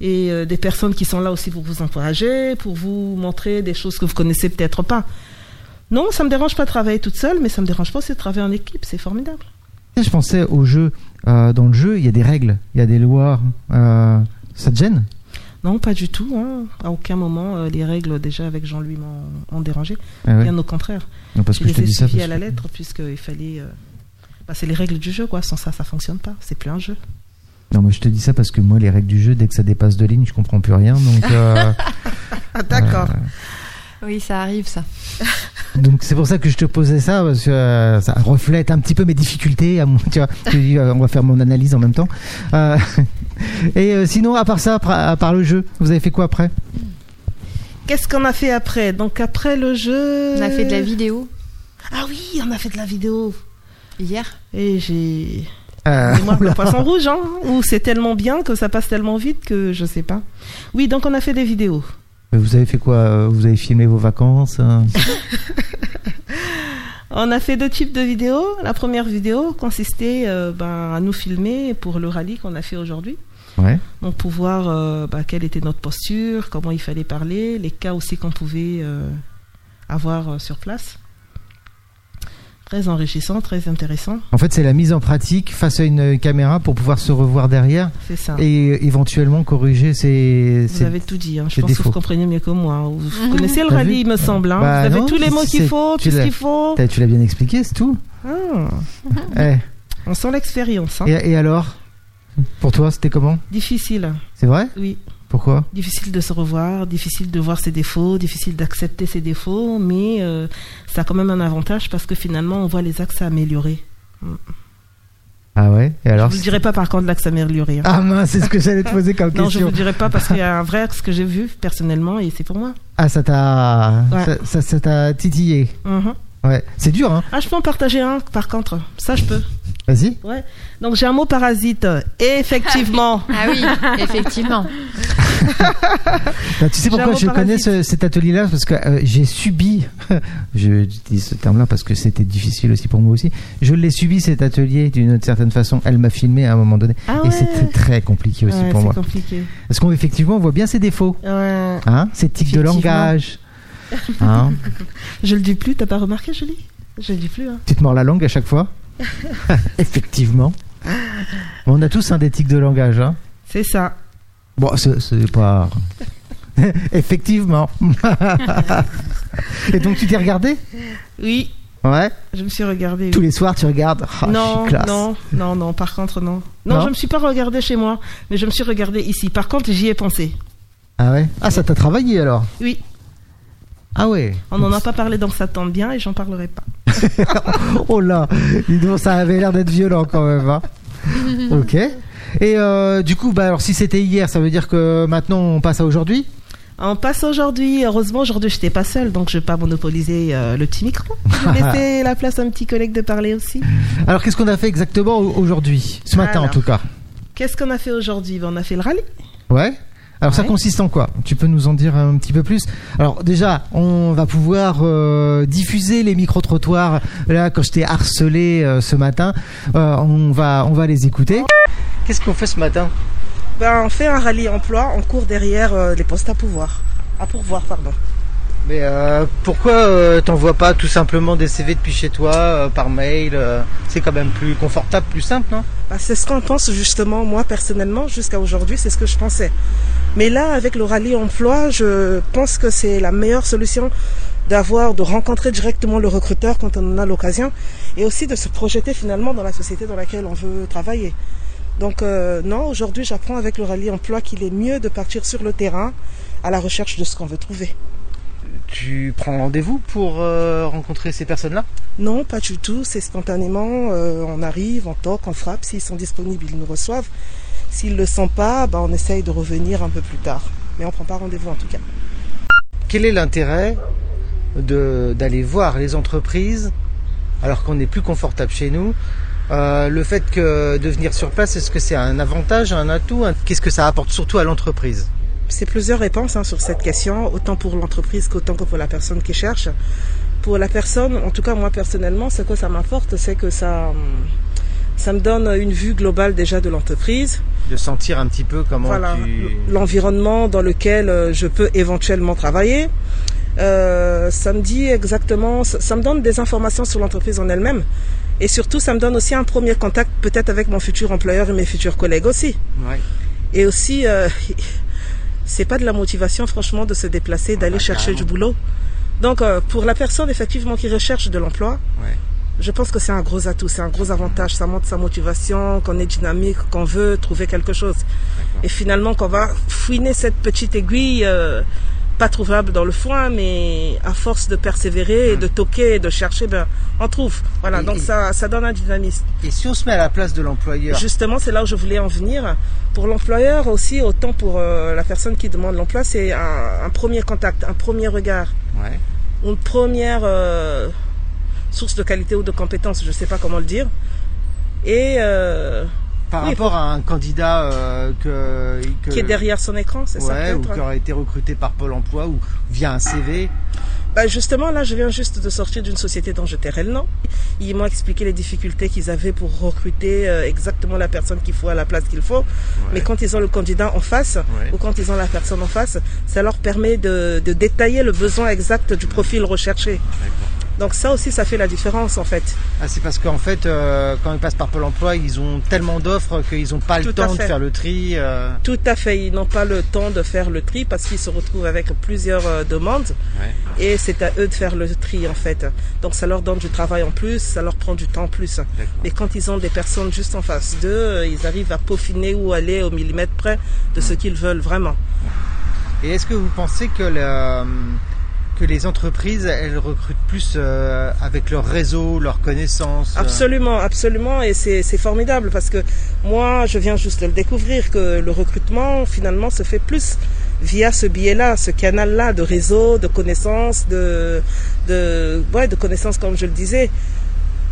Speaker 1: Et euh, des personnes qui sont là aussi pour vous encourager, pour vous montrer des choses que vous connaissez peut-être pas. Non, ça me dérange pas de travailler toute seule, mais ça me dérange pas aussi de travailler en équipe. C'est formidable.
Speaker 2: Tu sais, je pensais au jeu. Euh, dans le jeu, il y a des règles, il y a des lois. Euh, ça te gêne
Speaker 1: Non, pas du tout. hein. À aucun moment, euh, les règles déjà avec Jean-Louis m'ont m'ont dérangé.
Speaker 2: Ah ouais.
Speaker 1: Bien au contraire.
Speaker 2: Non, parce
Speaker 1: je
Speaker 2: que je
Speaker 1: les
Speaker 2: te
Speaker 1: ai
Speaker 2: dis ça.
Speaker 1: suivies
Speaker 2: parce
Speaker 1: à la
Speaker 2: que-
Speaker 1: lettre, puisqu'il fallait. euh, bah, c'est les règles du jeu, quoi. Sans ça, ça fonctionne pas. C'est plus un jeu.
Speaker 2: Non, mais je te dis ça parce que moi, les règles du jeu, dès que ça dépasse deux lignes, je comprends plus rien. Donc, euh,
Speaker 1: Ah, d'accord.
Speaker 3: Oui, ça arrive, ça.
Speaker 2: donc c'est pour ça que je te posais ça parce que euh, ça reflète un petit peu mes difficultés. À mon, tu vois, Je dis, euh, on va faire mon analyse en même temps. Euh, et euh, sinon, à part ça, à part le jeu, vous avez fait quoi après
Speaker 1: Qu'est-ce qu'on a fait après Donc, après le jeu.
Speaker 3: On a fait de la vidéo
Speaker 1: Ah oui, on a fait de la vidéo.
Speaker 3: hier.
Speaker 1: Et j'ai.
Speaker 2: Euh,
Speaker 1: Mémoire de poisson rouge, hein. Ou c'est tellement bien que ça passe tellement vite que je sais pas. Oui, donc on a fait des vidéos.
Speaker 2: Vous avez fait quoi Vous avez filmé vos vacances hein
Speaker 1: On a fait deux types de vidéos. La première vidéo consistait euh, ben, à nous filmer pour le rallye qu'on a fait aujourd'hui.
Speaker 2: Ouais.
Speaker 1: Donc pour voir euh, bah, quelle était notre posture, comment il fallait parler, les cas aussi qu'on pouvait euh, avoir euh, sur place. Très enrichissant, très intéressant,
Speaker 2: En fait, c'est la mise en pratique face à une caméra pour pouvoir se revoir derrière
Speaker 1: c'est ça.
Speaker 2: et euh, éventuellement corriger ses.
Speaker 1: vous
Speaker 2: ses-
Speaker 1: avez tout dit, hein. je
Speaker 2: c'est
Speaker 1: pense que
Speaker 2: défaut.
Speaker 1: vous comprenez mieux que moi. Vous connaissez le
Speaker 2: T'as
Speaker 1: rallye,
Speaker 2: vu
Speaker 1: il me semble. hein.
Speaker 2: Bah
Speaker 1: vous avez
Speaker 2: non,
Speaker 1: tous les mots
Speaker 2: c'est-
Speaker 1: qu'il faut,
Speaker 2: tu
Speaker 1: tout ce
Speaker 2: l'as-
Speaker 1: qu'il faut.
Speaker 2: T'as- Eh, Tu l'as bien expliqué, c'est tout.
Speaker 1: Ah,
Speaker 2: Eh.
Speaker 1: on sent l'expérience. hein.
Speaker 2: Et, et alors Pour toi, c'était comment
Speaker 1: Difficile,
Speaker 2: C'est vrai
Speaker 1: oui.
Speaker 2: Pourquoi
Speaker 1: Difficile de se revoir, difficile de voir ses défauts, difficile d'accepter ses défauts, mais euh, ça a quand même un avantage parce que finalement on voit les axes à améliorer.
Speaker 2: Ah ouais Et alors
Speaker 1: Je vous le dirai pas par contre l'axe amélioré. hein.
Speaker 2: Ah mince, c'est ce que j'allais te poser comme
Speaker 1: non, je vous
Speaker 2: question.
Speaker 1: le dirai pas parce qu'il y a un vrai axe que j'ai vu personnellement et c'est pour moi.
Speaker 2: Ah, ça t'a.
Speaker 1: Ouais.
Speaker 2: ça- Ça, ça t'a titillé.
Speaker 1: Mhm.
Speaker 2: Ouais. C'est dur, hein
Speaker 1: Ah, je peux en partager un par contre. Ça, je peux.
Speaker 2: Vas-y.
Speaker 1: Ouais. Donc j'ai un mot parasite. Effectivement.
Speaker 3: Ah oui, effectivement.
Speaker 2: Bah, tu sais pourquoi
Speaker 1: Jarro
Speaker 2: je connais
Speaker 1: parasite.
Speaker 2: ce- cet atelier-là Parce que euh, j'ai subi, je dis ce terme-là parce que c'était difficile aussi pour moi aussi, je l'ai subi cet atelier d'une autre certaine façon. Elle m'a filmé à un moment donné.
Speaker 1: Ah
Speaker 2: Et c'était très compliqué aussi
Speaker 1: Ouais,
Speaker 2: pour
Speaker 1: c'est
Speaker 2: moi.
Speaker 1: compliqué.
Speaker 2: Parce qu'on effectivement on voit bien ses défauts,
Speaker 1: Ouais.
Speaker 2: hein, ses tics de
Speaker 1: Effectivement.
Speaker 2: langage. Hein
Speaker 1: Je le dis plus, t'as pas remarqué, Julie Je le dis plus. Hein.
Speaker 2: tu te mords la langue à chaque fois Effectivement. On a tous un des tics de langage. Hein.
Speaker 1: C'est ça.
Speaker 2: Bon, c'est c'est pas... Effectivement. Et donc tu t'es regardé
Speaker 1: Oui,
Speaker 2: Ouais.
Speaker 1: je me suis regardée.
Speaker 2: Tous les soirs, tu regardes. Ah, je
Speaker 1: non,
Speaker 2: suis classe.
Speaker 1: non, non, non. Par contre, non. non.
Speaker 2: Non
Speaker 1: je me suis pas regardée chez moi, mais je me suis regardée ici. Par contre, j'y ai pensé.
Speaker 2: Ah ouais Ah, ça t'a travaillé alors
Speaker 1: Oui,
Speaker 2: Ah ouais
Speaker 1: on n'en a pas parlé, donc ça tombe bien et j'en parlerai pas.
Speaker 2: Oh là Dis donc, ça avait l'air d'être violent quand même. hein. ok. Et euh, du coup, bah, alors si c'était hier, ça veut dire que maintenant on passe à aujourd'hui
Speaker 1: On passe aujourd'hui. Heureusement, aujourd'hui, je n'étais pas seule, donc je ne vais pas monopoliser euh, le petit micro. Je vais laisser la place à un petit collègue de parler aussi.
Speaker 2: Alors qu'est-ce qu'on a fait exactement au- aujourd'hui Ce matin en
Speaker 1: Alors.
Speaker 2: tout cas.
Speaker 1: Qu'est-ce qu'on a fait aujourd'hui Ben, On a fait le rallye.
Speaker 2: Ouais alors ça
Speaker 1: Ouais.
Speaker 2: consiste en quoi Tu peux nous en dire un petit peu plus Alors déjà, on va pouvoir euh, diffuser les micro trottoirs. Là, quand je t'ai harcelé euh, ce matin, euh, on va on va les écouter. Qu'est-ce qu'on fait ce matin
Speaker 1: Ben, on fait un rallye emploi. On court derrière euh, les postes à pouvoir. À pourvoir, pardon.
Speaker 2: Mais euh, pourquoi euh, t'envoies pas tout simplement des CV depuis chez toi euh, par mail euh, C'est quand même plus confortable, plus simple, non
Speaker 1: Ben, c'est ce qu'on pense justement, moi personnellement, jusqu'à aujourd'hui, c'est ce que je pensais. Mais là, avec le rallye emploi, je pense que c'est la meilleure solution d'avoir, de rencontrer directement le recruteur quand on en a l'occasion, et aussi de se projeter finalement dans la société dans laquelle on veut travailler. Donc euh, non, aujourd'hui j'apprends avec le rallye emploi qu'il est mieux de partir sur le terrain à la recherche de ce qu'on veut trouver.
Speaker 2: Tu prends rendez-vous pour euh, rencontrer ces personnes-là
Speaker 1: Non, pas du tout, c'est spontanément, euh, on arrive, on toque, on frappe, s'ils sont disponibles, ils nous reçoivent. S'ils ne le sont pas, bah, on essaye de revenir un peu plus tard. Mais on ne prend pas rendez-vous en tout cas.
Speaker 2: Quel est l'intérêt de- d'aller voir les entreprises alors qu'on est plus confortable chez nous Euh, Le fait que de venir sur place, est-ce que c'est un avantage, un atout un- Qu'est-ce que ça apporte surtout à l'entreprise
Speaker 1: C'est plusieurs réponses hein, sur cette question, autant pour l'entreprise qu'autant que pour la personne qui cherche. Pour la personne, en tout cas moi personnellement, ce que ça m'apporte, c'est que ça, hum, ça me donne une vue globale déjà de l'entreprise.
Speaker 2: De sentir un petit peu comment
Speaker 1: voilà,
Speaker 2: tu...
Speaker 1: l'environnement dans lequel euh, je peux éventuellement travailler. Euh, ça me dit exactement, ça ça me donne des informations sur l'entreprise en elle-même. Et surtout, ça me donne aussi un premier contact peut-être avec mon futur employeur et mes futurs collègues aussi.
Speaker 2: Ouais.
Speaker 1: Et aussi, euh, c'est pas de la motivation, franchement, de se déplacer, d'aller
Speaker 2: bah,
Speaker 1: chercher
Speaker 2: carrément.
Speaker 1: du boulot. Donc, euh, pour la personne, effectivement, qui recherche de l'emploi,
Speaker 2: Ouais.
Speaker 1: je pense que c'est un gros atout, c'est un gros avantage. Ça montre sa motivation, qu'on est dynamique, qu'on veut trouver quelque chose. Et finalement, qu'on va fouiner cette petite aiguille, euh, pas trouvable dans le foin, mais à force de persévérer, et de toquer, et de chercher, ben, on trouve. Voilà,
Speaker 2: Et-
Speaker 1: donc
Speaker 2: et-
Speaker 1: ça, ça donne un dynamisme.
Speaker 2: Et si on se met à la place de l'employeur
Speaker 1: Justement, c'est là où je voulais en venir. Pour l'employeur aussi, autant pour euh, la personne qui demande l'emploi, c'est un, un premier contact, un premier regard,
Speaker 2: Ouais.
Speaker 1: une première euh, source de qualité ou de compétence, je ne sais pas comment le dire. Et euh,
Speaker 2: Par
Speaker 1: Oui,
Speaker 2: rapport à un candidat euh, que, que-
Speaker 1: qui est derrière son écran, c'est ça
Speaker 2: Euh, Ouais, ou
Speaker 1: peut-être
Speaker 2: qui aurait été recruté par Pôle Emploi ou via un CV.
Speaker 1: Bah, justement, là, je viens juste de sortir d'une société dont je tairai le nom. Ils m'ont expliqué les difficultés qu'ils avaient pour recruter euh, exactement la personne qu'il faut à la place qu'il faut. Mais quand ils ont le candidat en face,
Speaker 2: Ouais.
Speaker 1: ou quand ils ont la personne en face, ça leur permet de, de détailler le besoin exact du profil recherché. Donc ça aussi, ça fait la différence en fait.
Speaker 2: Ah, c'est parce qu'en fait, euh, quand ils passent par Pôle Emploi, ils ont tellement d'offres qu'ils n'ont pas le
Speaker 1: Tout à
Speaker 2: temps de
Speaker 1: fait.
Speaker 2: faire le tri. euh,
Speaker 1: Tout à fait, ils n'ont pas le temps de faire le tri parce qu'ils se retrouvent avec plusieurs euh, demandes et c'est à eux de faire le tri en fait. Donc ça leur donne du travail en plus, ça leur prend du temps en plus. Mais quand ils ont des personnes juste en face d'eux, euh, ils arrivent à peaufiner ou aller au millimètre près de ce qu'ils veulent vraiment.
Speaker 2: Et est-ce que vous pensez que, la- que les entreprises, elles recrutent plus euh, avec leur réseau, leurs connaissances euh,
Speaker 1: Absolument, absolument, et c'est c'est formidable parce que moi, je viens juste de le découvrir que le recrutement finalement se fait plus via ce biais-là, ce canal-là de réseau, de connaissances, de de ouais, de connaissances comme je le disais.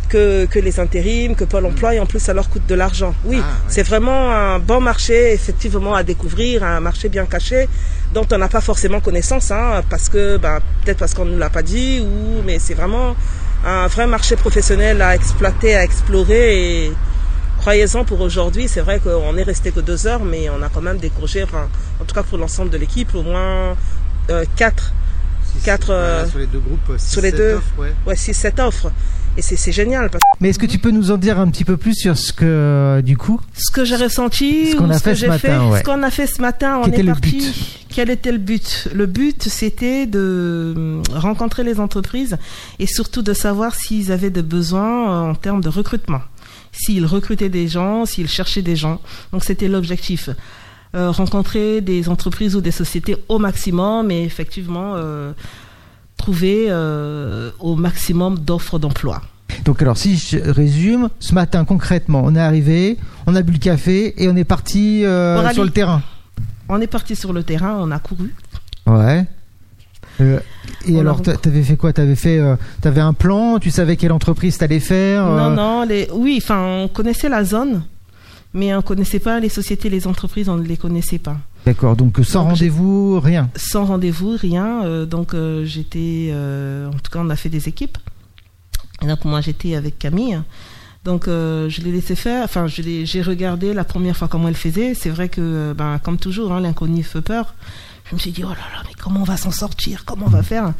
Speaker 1: Que, que les intérims, que Pôle emploi, et en plus ça leur coûte de l'argent. Oui,
Speaker 2: Ah, ouais.
Speaker 1: c'est vraiment un bon marché, effectivement, à découvrir, un marché bien caché, dont on n'a pas forcément connaissance, hein, parce que, ben, peut-être parce qu'on ne nous l'a pas dit, ou, mais c'est vraiment un vrai marché professionnel à exploiter, à explorer. Et croyez-en pour aujourd'hui, c'est vrai qu'on est resté que deux heures, mais on a quand même décroché, enfin, en tout cas pour l'ensemble de l'équipe, au moins euh, quatre,
Speaker 2: si-
Speaker 1: quatre,
Speaker 2: voilà,
Speaker 1: euh,
Speaker 2: sur les deux groupes, six,
Speaker 1: sur les
Speaker 2: sept
Speaker 1: deux.
Speaker 2: offres, ouais.
Speaker 1: ouais, six, sept offres. Et c'est c'est génial. Parce
Speaker 2: Mais est-ce que tu peux nous en dire un petit peu plus sur ce que, euh, du coup,
Speaker 1: ce que j'ai ressenti,
Speaker 2: Ce
Speaker 1: ou
Speaker 2: qu'on a
Speaker 1: ce
Speaker 2: fait
Speaker 1: que
Speaker 2: ce
Speaker 1: j'ai
Speaker 2: matin,
Speaker 1: fait,
Speaker 2: ouais.
Speaker 1: ce qu'on a fait ce matin, on
Speaker 2: Quel
Speaker 1: est
Speaker 2: était le
Speaker 1: parti.
Speaker 2: but
Speaker 1: Quel était le but Le but, c'était de hum, rencontrer les entreprises et surtout de savoir s'ils avaient des besoins euh, en termes de recrutement. S'ils recrutaient des gens, s'ils cherchaient des gens. Donc c'était l'objectif. Euh, rencontrer des entreprises ou des sociétés au maximum mais effectivement euh, trouver euh, au maximum d'offres d'emploi.
Speaker 2: Donc alors si je résume, ce matin concrètement, on est arrivé, on a bu le café et on est parti euh,
Speaker 1: Au rallye.
Speaker 2: sur le terrain.
Speaker 1: On est parti sur le terrain, on a couru.
Speaker 2: Ouais. Euh, et
Speaker 1: On a
Speaker 2: alors t'a- t'avais fait quoi T'avais fait, euh, t'avais un plan Tu savais quelle entreprise t'allais faire
Speaker 1: Non,
Speaker 2: euh,
Speaker 1: non, les... oui, enfin, on connaissait la zone, mais on connaissait pas les sociétés, les entreprises, on ne les connaissait pas.
Speaker 2: D'accord. Donc euh, sans
Speaker 1: Donc, j'ai-
Speaker 2: rendez-vous, rien.
Speaker 1: Sans rendez-vous, rien. euh, donc, euh, j'étais. euh, en tout cas, on a fait des équipes. Et donc, moi, j'étais avec Camille. Donc, euh, je l'ai laissé faire. Enfin, je l'ai- j'ai regardé la première fois comment elle faisait. C'est vrai que, euh, ben, comme toujours, hein, l'inconnu fait peur. Je me suis dit, oh là là, mais comment on va s'en sortir Comment on va faire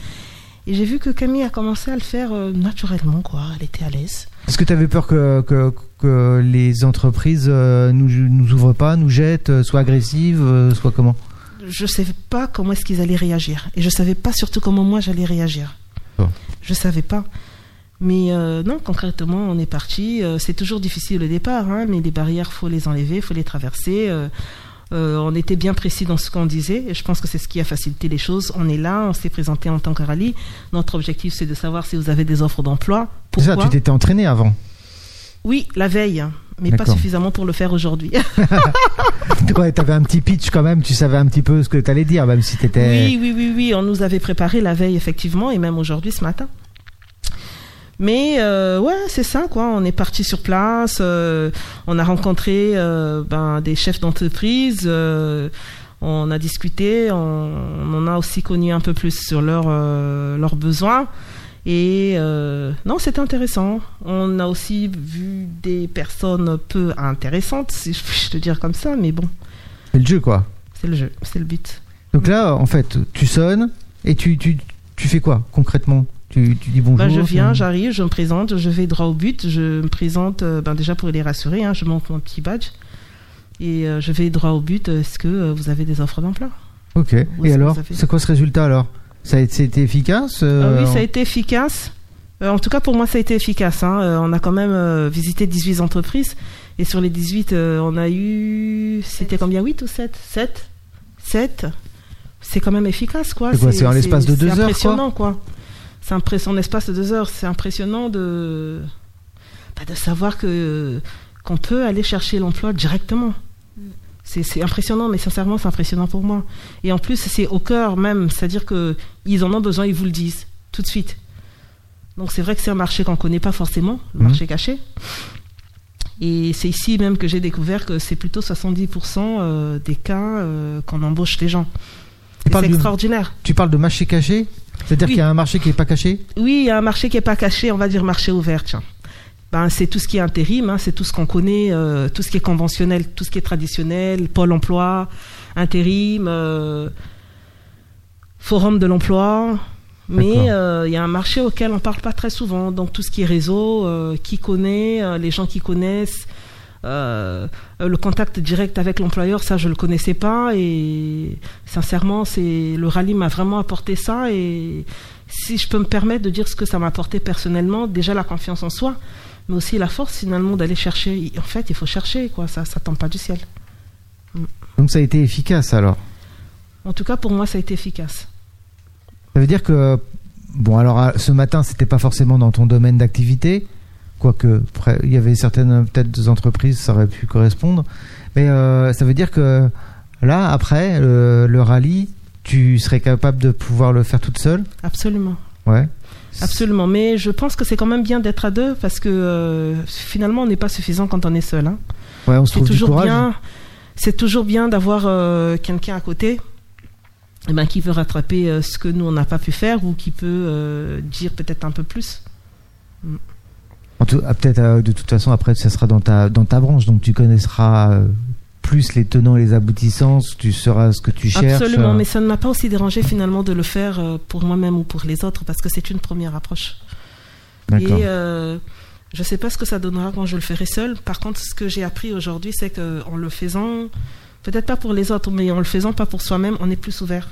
Speaker 1: Et j'ai vu que Camille a commencé à le faire euh, naturellement, quoi. Elle était à l'aise.
Speaker 2: Est-ce que t'avais peur que, que, que les entreprises euh, nous, nous ouvrent pas, nous jettent, euh, soient agressives, euh, soient comment
Speaker 1: je savais pas comment est-ce qu'ils allaient réagir et je savais pas surtout comment moi j'allais réagir. Je savais pas. Mais euh, non, concrètement, on est parti. Euh, c'est toujours difficile au départ, hein, mais les barrières, faut les enlever, faut les traverser. Euh, euh, on était bien précis dans ce qu'on disait, et je pense que c'est ce qui a facilité les choses. On est là, on s'est présenté en tant que rallye. Notre objectif, c'est de savoir si vous avez des offres d'emploi.
Speaker 2: C'est ça,
Speaker 1: Pourquoi
Speaker 2: tu t'étais entraîné avant.
Speaker 1: Oui, la veille, hein, mais pas
Speaker 2: D'accord.
Speaker 1: suffisamment pour le faire aujourd'hui.
Speaker 2: Ouais, t'avais un petit pitch quand même, tu savais un petit peu ce que t'allais dire, même si t'étais.
Speaker 1: Oui, oui, oui, oui, on nous avait préparé la veille, effectivement, et même aujourd'hui, ce matin. Mais euh, ouais, c'est ça, quoi. On est parti sur place, euh, on a rencontré euh, ben, des chefs d'entreprise, euh, on a discuté, on, on en a aussi connu un peu plus sur leurs euh, leurs besoins. Et euh, non, c'est intéressant. On a aussi vu des personnes peu intéressantes, si je puis te dire comme ça, mais bon,
Speaker 2: C'est le jeu, quoi.
Speaker 1: c'est le jeu, c'est le but.
Speaker 2: Donc là, en fait, tu sonnes et tu, tu, tu fais quoi concrètement tu, tu dis bonjour
Speaker 1: Bah, je viens,
Speaker 2: tu-
Speaker 1: j'arrive, je me présente, je vais droit au but. Je me présente euh, ben, déjà pour les rassurer, hein, je montre mon petit badge. Et euh, je vais droit au but. Est-ce que euh, vous avez des offres d'emploi
Speaker 2: Ok.
Speaker 1: Oui,
Speaker 2: Et
Speaker 1: ça,
Speaker 2: alors,
Speaker 1: ça fait-
Speaker 2: c'est quoi ce résultat alors Ça a été c'était efficace
Speaker 1: Ah
Speaker 2: euh,
Speaker 1: Oui, ça a été efficace. Euh, en tout cas, pour moi, ça a été efficace. hein. Euh, on a quand même euh, visité 18 entreprises. Et sur les 18, euh, on a eu. C'était combien 8 ou 7 7 7 C'est quand même efficace, quoi.
Speaker 2: C'est quoi, c'est en l'espace de
Speaker 1: c'est
Speaker 2: deux heures, quoi
Speaker 1: impressionnant, quoi. C'est impressionnant, en l'espace de deux heures. C'est impressionnant de. bah, de savoir que qu'on peut aller chercher l'emploi directement. C'est c'est impressionnant, mais sincèrement, c'est impressionnant pour moi. Et en plus, c'est au cœur même, c'est-à-dire que ils en ont besoin, ils vous le disent tout de suite. Donc c'est vrai que c'est un marché qu'on connaît pas forcément, le
Speaker 2: Mhm.
Speaker 1: marché caché. Et c'est ici même que j'ai découvert que c'est plutôt 70% euh, des cas euh, qu'on embauche les gens.
Speaker 2: tu,
Speaker 1: Et C'est
Speaker 2: parles de,
Speaker 1: extraordinaire.
Speaker 2: tu parles de marché caché C'est-à-dire
Speaker 1: Oui.
Speaker 2: qu'il y a un marché qui n'est pas caché
Speaker 1: Oui, il y a un marché qui est pas caché, on va dire marché ouvert, tiens. Ben, c'est tout ce qui est intérim, hein, c'est tout ce qu'on connaît, euh, tout ce qui est conventionnel, tout ce qui est traditionnel, pôle emploi, intérim, euh, forum de l'emploi.
Speaker 2: D'accord.
Speaker 1: Mais euh, il y a un marché auquel on parle pas très souvent. Donc tout ce qui est réseau, euh, qui connaît, euh, les gens qui connaissent, euh, le contact direct avec l'employeur, ça je le connaissais pas. Et sincèrement, c'est le rallye m'a vraiment apporté ça. Et si je peux me permettre de dire ce que ça m'a apporté personnellement, déjà la confiance en soi, mais aussi la force finalement d'aller chercher. En fait, il faut chercher, quoi. Ça, ça tombe pas du ciel.
Speaker 2: Donc ça a été efficace alors.
Speaker 1: En tout cas, pour moi, ça a été efficace.
Speaker 2: Ça veut dire que bon alors à- ce matin c'était pas forcément dans ton domaine d'activité, quoique près- il y avait certaines euh, peut-être des entreprises ça aurait pu correspondre, mais euh, ça veut dire que là après euh, le rallye tu serais capable de pouvoir le faire toute seule,
Speaker 1: Absolument.
Speaker 2: ouais.
Speaker 1: Absolument, mais je pense que c'est quand même bien d'être à deux parce que euh, finalement on n'est pas suffisant quand on est seul. hein.
Speaker 2: Ouais, on se
Speaker 1: C'est
Speaker 2: trouve du
Speaker 1: toujours
Speaker 2: courage.
Speaker 1: bien, c'est toujours bien d'avoir euh, quelqu'un à côté, eh ben, qui veut rattraper euh, ce que nous on n'a pas pu faire ou qui peut euh, dire peut-être un peu plus.
Speaker 2: En tout- ah, peut-être euh, de toute façon après ça sera dans ta dans ta branche donc tu connaîtras euh, plus les tenants et les aboutissants, tu sauras ce que tu cherches.
Speaker 1: Absolument,
Speaker 2: euh.
Speaker 1: mais ça ne m'a pas aussi dérangé finalement de le faire euh, pour moi-même ou pour les autres parce que c'est une première approche.
Speaker 2: D'accord.
Speaker 1: Et euh, je sais pas ce que ça donnera quand je le ferai seul. Par contre, ce que j'ai appris aujourd'hui, c'est que en le faisant, peut-être pas pour les autres, mais en le faisant pas pour soi-même, on est plus ouvert.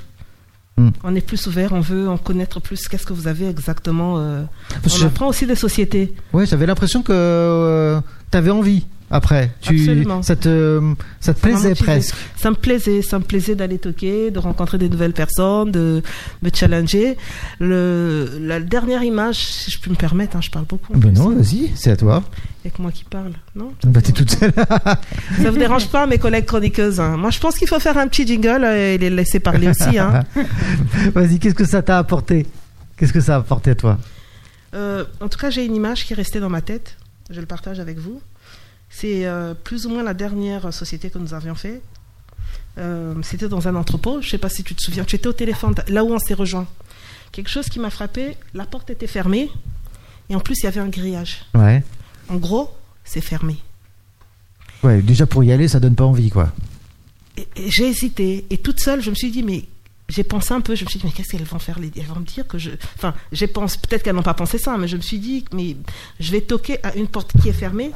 Speaker 2: Hmm.
Speaker 1: On est plus ouvert, on veut en connaître plus. Qu'est-ce que vous avez exactement euh,
Speaker 2: Parce que
Speaker 1: On apprend aussi des sociétés.
Speaker 2: Ouais, j'avais l'impression que euh, t'avais envie après. Tu,
Speaker 1: Absolument.
Speaker 2: Ça te, ça te
Speaker 1: Ça m'a
Speaker 2: plaisait
Speaker 1: motivée.
Speaker 2: presque.
Speaker 1: Ça me plaisait, ça me plaisait d'aller toquer, de rencontrer des nouvelles personnes, de me challenger. Le, la dernière image, si je peux me permettre, hein, je parle beaucoup. en
Speaker 2: Ben
Speaker 1: plus,
Speaker 2: non,
Speaker 1: hein.
Speaker 2: vas-y, c'est à toi.
Speaker 1: Y'a que moi qui parle, non
Speaker 2: Bah t'es toute seule.
Speaker 1: Ça vous dérange pas, mes collègues chroniqueuses hein. Moi, je pense qu'il faut faire un petit jingle euh, et les laisser parler aussi. Hein.
Speaker 2: vas-y, qu'est-ce que ça t'a apporté Qu'est-ce que ça a apporté à toi
Speaker 1: Euh, en tout cas, j'ai une image qui est restée dans ma tête. Je le partage avec vous. C'est euh, plus ou moins la dernière société que nous avions fait. Euh, C'était dans un entrepôt. Je sais pas si tu te souviens. Tu étais au téléphone, là où on s'est rejoint. Quelque chose qui m'a frappé. La porte était fermée et en plus il y avait un grillage.
Speaker 2: Ouais.
Speaker 1: En gros, c'est fermé.
Speaker 2: Ouais, déjà pour y aller, ça donne pas envie, quoi.
Speaker 1: Et- et j'ai hésité. Et toute seule, je me suis dit, mais j'ai pensé un peu. Je me suis dit, mais qu'est-ce qu'elles vont faire les... Elles vont me dire que je. Enfin, j'ai pensé. Peut-être qu'elles n'ont pas pensé ça, mais je me suis dit, mais je vais toquer à une porte qui est fermée.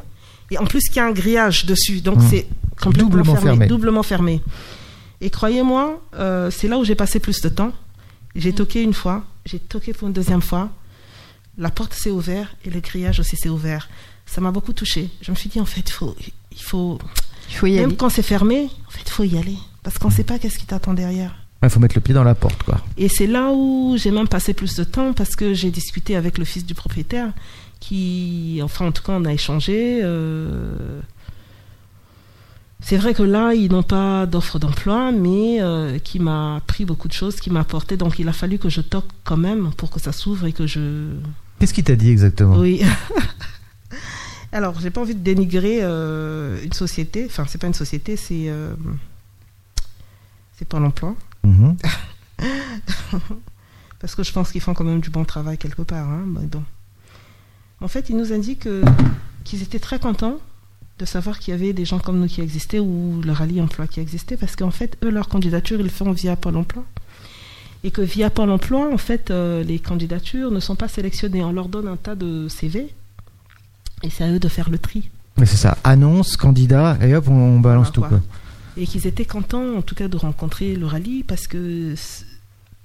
Speaker 1: Et en plus, qu'il y a un grillage dessus. Donc,
Speaker 2: Mmh.
Speaker 1: c'est complètement
Speaker 2: Doublement fermé.
Speaker 1: Doublement fermé. Et croyez-moi, euh, c'est là où j'ai passé plus de temps. J'ai toqué une fois, j'ai toqué pour une deuxième fois. la porte s'est ouverte et le grillage aussi s'est ouvert. Ça m'a beaucoup touchée. Je me suis dit, en fait, faut, il faut,
Speaker 3: Il faut y
Speaker 1: même
Speaker 3: aller.
Speaker 1: quand c'est fermé, en fait, faut y aller. Parce qu'on ne sait pas qu'est-ce qui t'attend derrière.
Speaker 2: Il faut mettre le pied dans la porte, quoi.
Speaker 1: Et c'est là où j'ai même passé plus de temps parce que j'ai discuté avec le fils du propriétaire qui, enfin en tout cas on a échangé. euh, C'est vrai que là ils n'ont pas d'offre d'emploi mais euh, qui m'a appris beaucoup de choses, qui m'a apporté. Donc il a fallu que je toque quand même pour que ça s'ouvre et que je...
Speaker 2: Qu'est-ce qu'il t'a dit exactement
Speaker 1: Oui. Alors j'ai pas envie de dénigrer euh, une société, enfin c'est pas une société, c'est... euh, C'est pas l'emploi.
Speaker 2: Mhm.
Speaker 1: Parce que je pense qu'ils font quand même du bon travail quelque part. hein, mais bon. En fait, ils nous indiquent que- qu'ils étaient très contents de savoir qu'il y avait des gens comme nous qui existaient ou le rallye emploi qui existait parce qu'en fait, eux, leur candidature, ils le font via Pôle emploi. Et que via Pôle emploi, en fait, euh, les candidatures ne sont pas sélectionnées. On leur donne un tas de CV et c'est à eux de faire le tri.
Speaker 2: Mais c'est ça, annonce, candidat, et hop, on, on balance
Speaker 1: Voilà,
Speaker 2: tout,
Speaker 1: quoi.
Speaker 2: quoi.
Speaker 1: et qu'ils étaient contents en tout cas de rencontrer le rallye parce que c-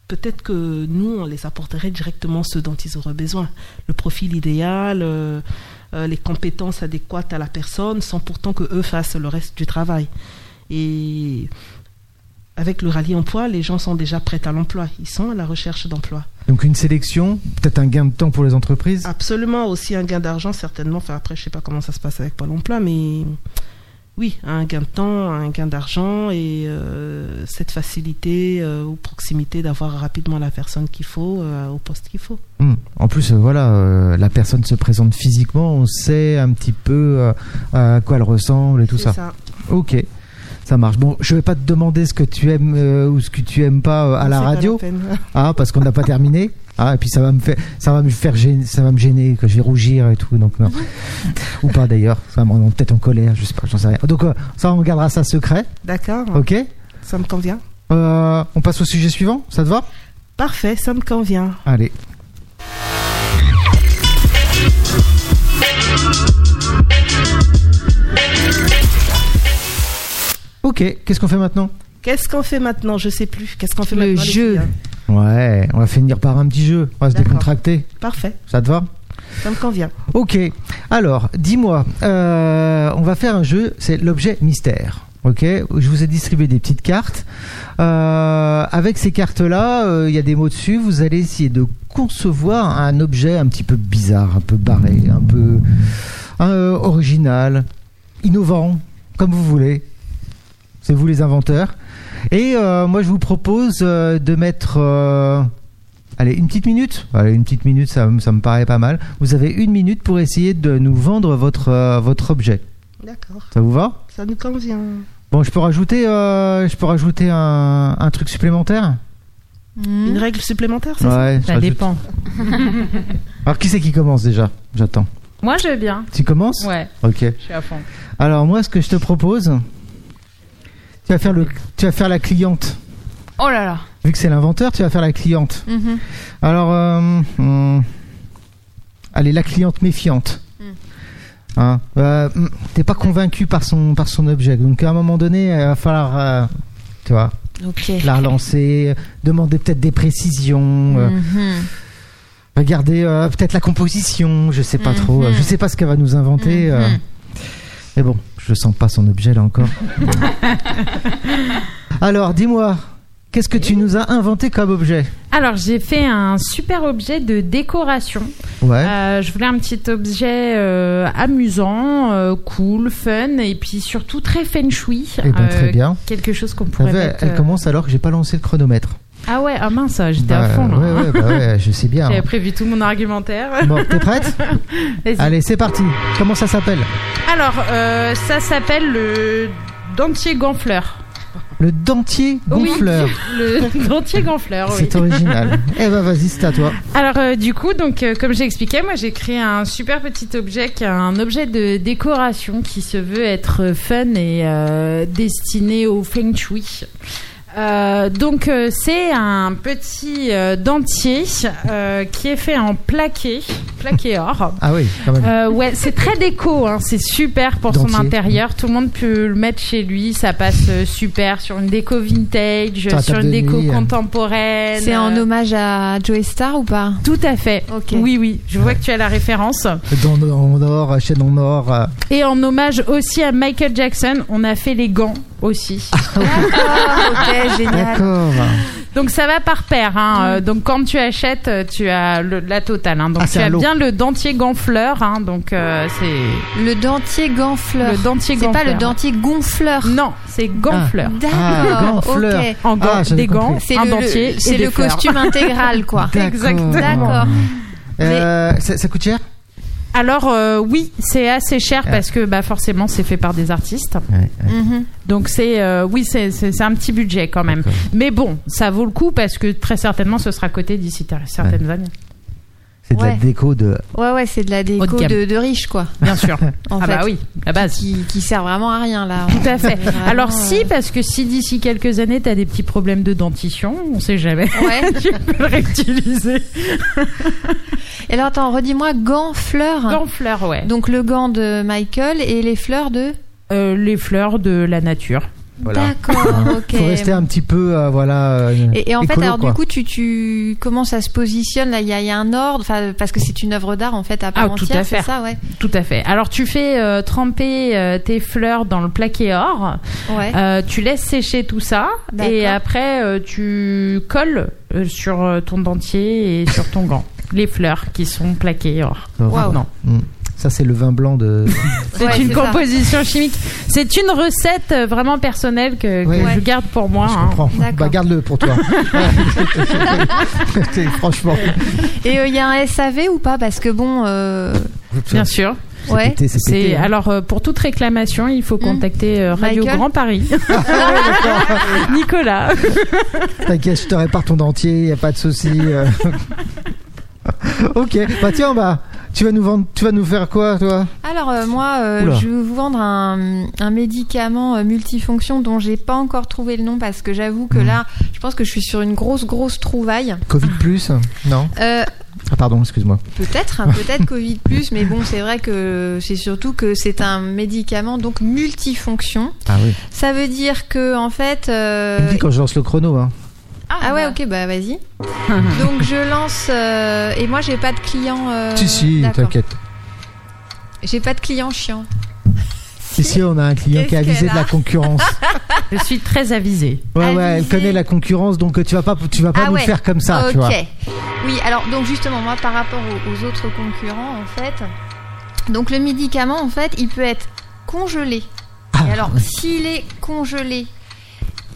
Speaker 1: peut-être que nous on les apporterait directement ce dont ils auraient besoin le profil idéal euh, euh, les compétences adéquates à la personne sans pourtant que eux fassent le reste du travail et avec le rallye emploi les gens sont déjà prêts à l'emploi ils sont à la recherche d'emploi
Speaker 2: Donc une sélection, peut-être un gain de temps pour les entreprises.
Speaker 1: Absolument, aussi un gain d'argent certainement. Enfin après, je sais pas comment ça se passe avec Pôle Emploi, mais oui, un gain de temps, un gain d'argent et euh, cette facilité euh, ou proximité d'avoir rapidement la personne qu'il faut euh, au poste qu'il faut.
Speaker 2: Hmm. En plus, euh, voilà, euh, la personne se présente physiquement, on sait un petit peu euh, à quoi elle ressemble et tout
Speaker 1: C'est
Speaker 2: ça. Ok, ça marche. Bon, je vais pas te demander ce que tu aimes euh, ou ce que tu aimes pas euh, à
Speaker 1: Non,
Speaker 2: la
Speaker 1: c'est pas
Speaker 2: radio,
Speaker 1: peine.
Speaker 2: ah, parce qu'on n'a pas terminé. Ah, et puis ça va me faire, ça va me faire gêner, ça va me gêner, que je vais rougir et tout, donc non. ou pas d'ailleurs, ça me rend peut-être en colère, je sais pas, j'en sais rien. Donc euh, ça, on gardera ça secret,
Speaker 1: D'accord,
Speaker 2: ok
Speaker 1: ça me convient.
Speaker 2: Euh, On passe au sujet suivant, ça te va
Speaker 1: Parfait, ça me convient.
Speaker 2: Allez. Ok, qu'est-ce qu'on fait maintenant
Speaker 1: Qu'est-ce qu'on fait maintenant Je sais plus. Qu'est-ce qu'on fait
Speaker 3: Le
Speaker 1: maintenant les
Speaker 3: jeu.
Speaker 1: filles, hein
Speaker 2: Ouais, on va finir par un petit jeu. On va se
Speaker 1: D'accord.
Speaker 2: décontracter.
Speaker 1: Parfait,
Speaker 2: Ça te va
Speaker 1: ça me convient.
Speaker 2: Ok. Alors, dis-moi, euh, on va faire un jeu. C'est l'objet mystère. Ok. Je vous ai distribué des petites cartes. Euh, avec ces cartes-là, euh, il y a des mots dessus. Vous allez essayer de concevoir un objet un petit peu bizarre, un peu barré, un peu euh, original, innovant, comme vous voulez. C'est vous les inventeurs. Et euh, moi, je vous propose euh, de mettre. euh, Allez, une petite minute Allez, une petite minute, ça, me- ça me paraît pas mal. Vous avez une minute pour essayer de nous vendre votre, euh, votre objet.
Speaker 1: D'accord,
Speaker 2: Ça vous va
Speaker 1: ça nous convient.
Speaker 2: Bon, je peux rajouter, euh, je peux rajouter un, un truc supplémentaire
Speaker 3: Mhm.
Speaker 1: Une règle supplémentaire, c'est ça
Speaker 2: Ouais, je
Speaker 5: Ça
Speaker 2: rajoute.
Speaker 5: dépend.
Speaker 2: Alors, qui c'est qui commence déjà J'attends.
Speaker 5: Moi, je veux bien.
Speaker 2: Tu commences
Speaker 5: Ouais,
Speaker 2: Ok.
Speaker 5: je suis à fond.
Speaker 2: Alors, moi, ce que je te propose, tu vas faire, le, tu vas faire la cliente.
Speaker 3: Oh là là.
Speaker 2: Vu que c'est l'inventeur, tu vas faire la cliente.
Speaker 3: Mhm.
Speaker 2: Alors, euh, hum, allez, la cliente méfiante.
Speaker 3: Mm.
Speaker 5: Hmm.
Speaker 2: Hein, euh, hum, T'es pas convaincu par son, par son objet, donc à un moment donné, il va falloir, euh, tu vois,
Speaker 3: Ok.
Speaker 2: la relancer, euh, demander peut-être des précisions,
Speaker 5: Hmm.
Speaker 2: euh,
Speaker 3: Mhm.
Speaker 2: regarder euh, peut-être la composition, je
Speaker 5: Hmm.
Speaker 2: sais pas trop, euh,
Speaker 3: Mhm.
Speaker 2: je sais pas ce qu'elle va nous inventer. euh,
Speaker 3: Mhm.
Speaker 2: mais bon, je sens pas son objet là encore. Alors, dis-moi, qu'est-ce que tu nous as inventé comme objet
Speaker 5: Alors, j'ai fait un super objet de décoration.
Speaker 2: Ouais.
Speaker 5: Euh, je voulais un petit objet euh, amusant, euh, cool, fun, et puis surtout très feng shui.
Speaker 2: Eh ben, très
Speaker 5: Euh,
Speaker 2: bien.
Speaker 5: Quelque chose qu'on
Speaker 2: T'as
Speaker 5: pourrait
Speaker 2: vu, elle,
Speaker 5: mettre,
Speaker 2: elle
Speaker 5: euh,
Speaker 2: commence alors que j'ai pas lancé le chronomètre.
Speaker 5: Ah ouais, ah mince, j'étais à
Speaker 2: Bah,
Speaker 5: fond là.
Speaker 2: ouais, ouais, bah ouais, je sais bien.
Speaker 5: J'avais prévu tout mon argumentaire.
Speaker 2: Bon, t'es prête
Speaker 5: Vas-y.
Speaker 2: Allez, c'est parti. Comment ça s'appelle
Speaker 5: Alors, euh, ça s'appelle le dentier gonfleur.
Speaker 2: Le dentier
Speaker 5: Oui.
Speaker 2: gonfleur.
Speaker 5: Le dentier
Speaker 3: Ah
Speaker 5: gonfleur, oui.
Speaker 2: C'est original. eh ben vas-y, c'est à toi.
Speaker 5: Alors euh, du coup, donc euh, comme j'ai expliqué, moi j'ai créé un super petit objet qui est un objet de décoration qui se veut être euh, fun et euh, destiné au feng shui. Euh, donc euh, c'est un petit euh, dentier euh, qui est fait en plaqué, plaqué or.
Speaker 2: Ah oui, quand même.
Speaker 5: Euh, ouais, c'est très déco, hein, c'est super pour son
Speaker 2: Dentier.
Speaker 5: intérieur. Tout le monde peut le mettre chez lui, ça passe euh, super sur une déco vintage,
Speaker 2: Sur la
Speaker 5: sur
Speaker 2: table
Speaker 5: une
Speaker 2: de
Speaker 5: déco
Speaker 2: nuit, euh.
Speaker 5: contemporaine. euh,
Speaker 3: C'est en hommage à Joe Star ou pas
Speaker 5: Tout à fait.
Speaker 3: Ok.
Speaker 5: Oui, oui, je vois que tu as la référence.
Speaker 3: Euh.
Speaker 2: Dans en or, euh, chaîne en or.
Speaker 3: Ah
Speaker 2: euh.
Speaker 5: Et en hommage aussi à Michael Jackson, on a fait les gants aussi.
Speaker 2: Ah.
Speaker 3: ok, génial.
Speaker 2: D'accord.
Speaker 5: Donc ça va par paire. hein. Euh, Donc quand tu achètes, euh, tu as le- la totale. hein. Donc
Speaker 2: Ah,
Speaker 5: tu
Speaker 2: c'est
Speaker 5: as
Speaker 2: un lot.
Speaker 5: bien le dentier gonfleur. hein. Donc euh, c'est
Speaker 3: Le dentier gonfleur.
Speaker 5: le dentier
Speaker 3: C'est
Speaker 5: gonfleur.
Speaker 3: pas le dentier gonfleur.
Speaker 5: Non, c'est gonfleur.
Speaker 3: D'accord,
Speaker 2: gonfleur.
Speaker 3: ok.
Speaker 5: En gants,
Speaker 2: Ah, j'avais
Speaker 5: des gants,
Speaker 2: compris.
Speaker 3: C'est
Speaker 5: un
Speaker 3: le,
Speaker 5: dentier.
Speaker 3: le- c'est
Speaker 5: et des
Speaker 3: le
Speaker 5: fleurs.
Speaker 3: costume intégral, quoi.
Speaker 5: Exactement.
Speaker 3: D'accord.
Speaker 2: Euh, ça, ça coûte cher
Speaker 5: Alors euh, oui, c'est assez cher
Speaker 2: Ah.
Speaker 5: parce que bah forcément c'est fait par des artistes.
Speaker 3: Mhm.
Speaker 5: Donc c'est euh, oui c'est c'est c'est un petit budget quand même. Mais bon, ça vaut le coup parce que très certainement ce sera coté d'ici ter- certaines années.
Speaker 2: C'est de la
Speaker 3: Ouais.
Speaker 2: déco de.
Speaker 3: Ouais, ouais, c'est de la
Speaker 5: Haut de
Speaker 3: déco
Speaker 5: gamme.
Speaker 3: de, de riche, quoi.
Speaker 5: Bien sûr.
Speaker 3: En
Speaker 5: ah
Speaker 3: fait,
Speaker 5: bah oui, la base.
Speaker 3: Qui, qui sert vraiment à rien, là.
Speaker 5: Tout à fait.
Speaker 3: Vraiment,
Speaker 5: Alors
Speaker 3: euh,
Speaker 5: si, parce que si d'ici quelques années t'as des petits problèmes de dentition, on sait jamais.
Speaker 3: euh, Ouais.
Speaker 5: tu peux le réutiliser.
Speaker 3: Et alors, attends, redis-moi, gants, fleurs.
Speaker 5: Gonfleur, ouais.
Speaker 3: Donc, le gant de Michael et les fleurs de.
Speaker 5: Euh, les fleurs de la nature.
Speaker 2: Voilà.
Speaker 3: D'accord, ok.
Speaker 2: Faut rester un petit peu, euh, voilà. euh,
Speaker 3: Et, et en fait,
Speaker 2: écolo,
Speaker 3: alors
Speaker 2: quoi.
Speaker 3: du coup, tu, tu comment ça se positionne là Il y, a- il y a un ordre, enfin, parce que c'est une œuvre d'art en fait à part
Speaker 5: Ah, tout
Speaker 3: entière,
Speaker 5: à
Speaker 3: c'est
Speaker 5: fait.
Speaker 3: ça, ouais.
Speaker 5: Tout à fait. Alors tu fais euh, tremper euh, tes fleurs dans le plaqué or.
Speaker 3: Ouais.
Speaker 5: Euh, tu laisses sécher tout ça et
Speaker 3: D'accord.
Speaker 5: après euh, tu colles euh, sur euh, ton dentier et sur ton gant les fleurs qui sont plaquées or.
Speaker 3: Waouh.
Speaker 5: Non.
Speaker 2: Hmm. Ça, c'est le vin blanc de.
Speaker 5: C'est
Speaker 3: Ouais,
Speaker 5: une
Speaker 3: c'est ça.
Speaker 5: composition chimique. C'est une recette euh, vraiment personnelle que, que
Speaker 2: Ouais.
Speaker 5: je garde pour moi.
Speaker 2: Je
Speaker 5: hein.
Speaker 2: comprends.
Speaker 3: D'accord.
Speaker 2: Bah, garde-le pour toi. C'est- Franchement.
Speaker 3: Et euh, il y a un SAV ou pas Parce que bon, euh,
Speaker 5: Bien sûr.
Speaker 3: ouais.
Speaker 2: pété, c'est
Speaker 5: C'est
Speaker 2: pété, hein.
Speaker 5: alors euh, pour toute réclamation, il faut contacter euh, Radio
Speaker 3: Mmh. Michael
Speaker 5: Grand Paris. Nicolas.
Speaker 2: T'inquiète, je te répare ton dentier, y a pas de souci. euh. ok, bah tiens, bah, tu vas nous vendre, tu vas nous faire quoi, toi
Speaker 3: Alors euh, moi, euh,
Speaker 2: Oula.
Speaker 3: je vais vous vendre un, un médicament euh, multifonction dont j'ai pas encore trouvé le nom parce que j'avoue que
Speaker 2: Mhm.
Speaker 3: là, je pense que je suis sur une grosse grosse trouvaille.
Speaker 2: Covid plus Non.
Speaker 3: Euh,
Speaker 2: Ah pardon, excuse-moi.
Speaker 3: Peut-être, hein, peut-être Covid plus, mais bon, c'est vrai que c'est surtout que c'est un médicament donc multifonction.
Speaker 2: Ah oui.
Speaker 3: Ça veut dire que en fait. euh,
Speaker 2: Tu me dis quand je lance le chrono, hein.
Speaker 3: Ah ouais, ok, bah vas-y. Donc je lance euh, et moi j'ai pas de client. euh,
Speaker 2: si si,
Speaker 3: d'accord.
Speaker 2: t'inquiète.
Speaker 3: J'ai pas de client chiant.
Speaker 2: Si si, on a un client qui est
Speaker 3: Qu'est-ce
Speaker 2: avisé
Speaker 3: qu'elle
Speaker 2: de la
Speaker 3: a
Speaker 2: concurrence.
Speaker 5: Je suis très avisée.
Speaker 2: Ouais ouais,
Speaker 3: Avisé.
Speaker 2: elle connaît la concurrence, donc euh, tu vas pas, tu vas pas
Speaker 3: Ah
Speaker 2: nous
Speaker 3: ouais.
Speaker 2: faire comme ça,
Speaker 3: ok.
Speaker 2: tu vois.
Speaker 3: Oui, alors donc justement moi par rapport aux, aux autres concurrents en fait, donc le médicament en fait il peut être congelé.
Speaker 2: Ah,
Speaker 3: Et alors
Speaker 2: ouais.
Speaker 3: s'il est congelé,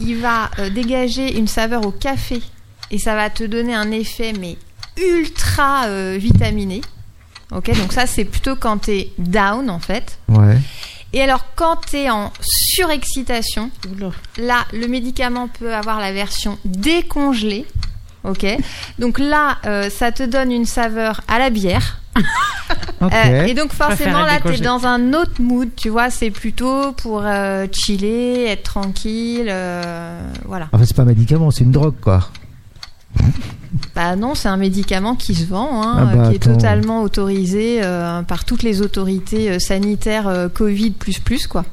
Speaker 3: il va euh, dégager une saveur au café et ça va te donner un effet mais ultra euh, vitaminé. Ok, donc ça c'est plutôt quand t'es down en fait.
Speaker 2: Ouais.
Speaker 3: Et alors, quand tu es en surexcitation, là, le médicament peut avoir la version décongelée. Ok Donc là, euh, ça te donne une saveur à la bière.
Speaker 2: Ok.
Speaker 3: Euh, et donc, forcément,
Speaker 5: préfère être
Speaker 3: là, tu es
Speaker 5: décongelée.
Speaker 3: dans un autre mood. Tu vois, c'est plutôt pour euh, chiller, être tranquille. euh, voilà.
Speaker 2: Enfin, c'est pas un médicament, c'est une drogue, quoi.
Speaker 3: Bah non, c'est un médicament qui se vend, hein,
Speaker 2: Ah bah,
Speaker 3: euh, qui est
Speaker 2: attends.
Speaker 3: totalement autorisé euh, par toutes les autorités euh, sanitaires euh, Covid plus plus quoi.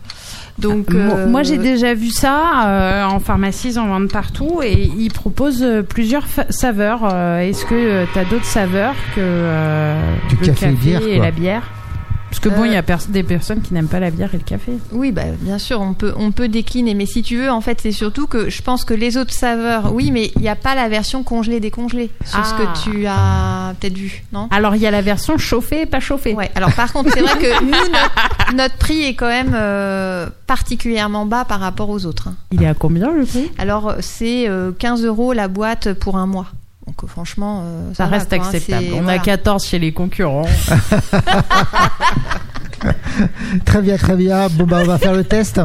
Speaker 3: Donc
Speaker 2: Ah,
Speaker 5: Moi-
Speaker 3: euh,
Speaker 5: Moi, j'ai déjà vu ça euh, en pharmacie, ils en vendent partout et ils proposent euh, plusieurs fa- saveurs. Euh, Est-ce que tu as d'autres saveurs que euh,
Speaker 2: Du
Speaker 5: le
Speaker 2: café et bière, quoi.
Speaker 5: la bière Parce que bon,
Speaker 3: Euh,
Speaker 5: il y a pers- des personnes qui n'aiment pas la bière et le café.
Speaker 3: Oui, bah, bien sûr, on peut, on peut décliner, mais si tu veux, en fait, c'est surtout que je pense que les autres saveurs, oui, mais il n'y a pas la version congelée-décongelée sur ce
Speaker 5: Ah.
Speaker 3: que tu as peut-être vu, non
Speaker 5: Alors, il y a la version chauffée et pas chauffée.
Speaker 3: Ouais, alors par contre, c'est vrai que nous, notre, notre prix est quand même euh, particulièrement bas par rapport aux autres. hein.
Speaker 5: Il est à combien le prix
Speaker 3: Alors, c'est euh, 15 euros la boîte pour un mois. Donc, euh, franchement, euh,
Speaker 5: Ça
Speaker 3: va,
Speaker 5: reste
Speaker 3: quoi, hein,
Speaker 5: acceptable.
Speaker 3: c'est-
Speaker 5: On a
Speaker 3: voilà.
Speaker 5: 14 chez les concurrents.
Speaker 2: Très bien, très bien. Bon, bah, on va faire le test.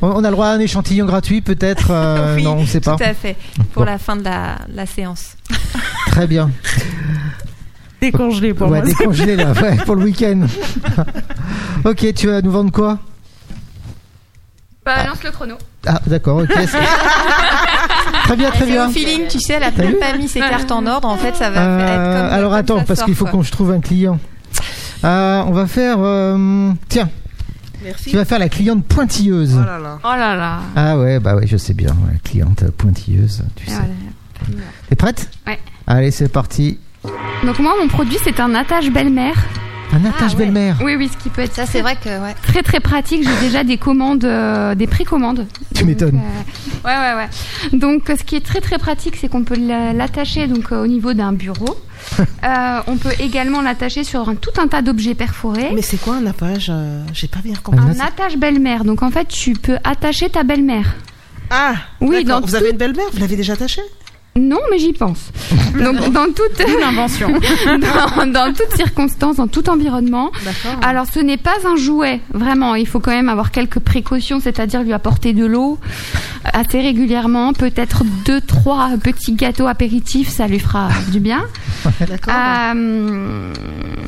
Speaker 2: On, on a le droit à un échantillon gratuit, peut-être euh,
Speaker 3: Oui,
Speaker 2: Non, on sait pas.
Speaker 3: Tout à fait, pour
Speaker 2: Bon.
Speaker 3: la fin de la, la séance.
Speaker 2: Très bien.
Speaker 5: Décongelé pour
Speaker 2: ouais,
Speaker 5: moi.
Speaker 2: décongelé, là, ouais, pour le week-end. ok, tu vas nous vendre quoi
Speaker 4: Bah, lance le chrono.
Speaker 2: Ah, d'accord, ok. c'est- Très bien, très
Speaker 3: C'est
Speaker 2: bien.
Speaker 3: au feeling, tu sais, elle a
Speaker 2: T'as vu
Speaker 3: même pas mis ses cartes en ordre. En fait, ça va être
Speaker 2: Euh,
Speaker 3: comme.
Speaker 2: alors
Speaker 3: comme
Speaker 2: attends,
Speaker 3: ça
Speaker 2: parce
Speaker 3: sort,
Speaker 2: qu'il faut
Speaker 3: quoi.
Speaker 2: qu'on je trouve un client. Euh, on va faire. euh, tiens, tu
Speaker 1: Merci.
Speaker 2: vas faire la cliente pointilleuse.
Speaker 1: Oh là là.
Speaker 4: Oh là là.
Speaker 2: Ah ouais, bah ouais, je sais bien. ouais, cliente pointilleuse, tu
Speaker 4: Et
Speaker 2: sais.
Speaker 4: voilà.
Speaker 2: T'es prête
Speaker 4: Ouais.
Speaker 2: Allez, c'est parti.
Speaker 4: Donc moi, mon produit, c'est un attache belle-mère.
Speaker 2: Un attache
Speaker 3: Ah ouais.
Speaker 2: belle-mère.
Speaker 4: Oui, oui, ce qui peut être
Speaker 3: Ça, c'est vrai que ouais.
Speaker 4: très très pratique. J'ai déjà des commandes, euh, des précommandes.
Speaker 2: Tu m'étonnes.
Speaker 4: Euh, ouais, ouais, ouais. Donc, euh, ce qui est très très pratique, c'est qu'on peut la- l'attacher donc euh, au niveau d'un bureau. Euh, on peut également l'attacher sur un, tout un tas d'objets perforés.
Speaker 1: Mais c'est quoi un appage euh, J'ai pas bien compris.
Speaker 2: Ah,
Speaker 4: Eh Un attache belle-mère. Donc, en fait, tu peux attacher ta belle-mère.
Speaker 1: Ah
Speaker 4: Oui,
Speaker 1: d'accord.
Speaker 4: dans
Speaker 1: Vous avez une belle-mère Vous l'avez déjà attachée
Speaker 4: Non, mais j'y pense. Donc, dans toute,
Speaker 5: Une invention.
Speaker 4: dans, dans toute circonstance, dans tout environnement,
Speaker 1: D'accord.
Speaker 5: Ah.
Speaker 4: Alors ce n'est pas un jouet, vraiment. Il faut quand même avoir quelques précautions, c'est-à-dire lui apporter de l'eau euh, assez régulièrement, peut-être deux, trois petits gâteaux apéritifs, ça lui fera euh, du bien.
Speaker 1: D'accord.
Speaker 4: Euh,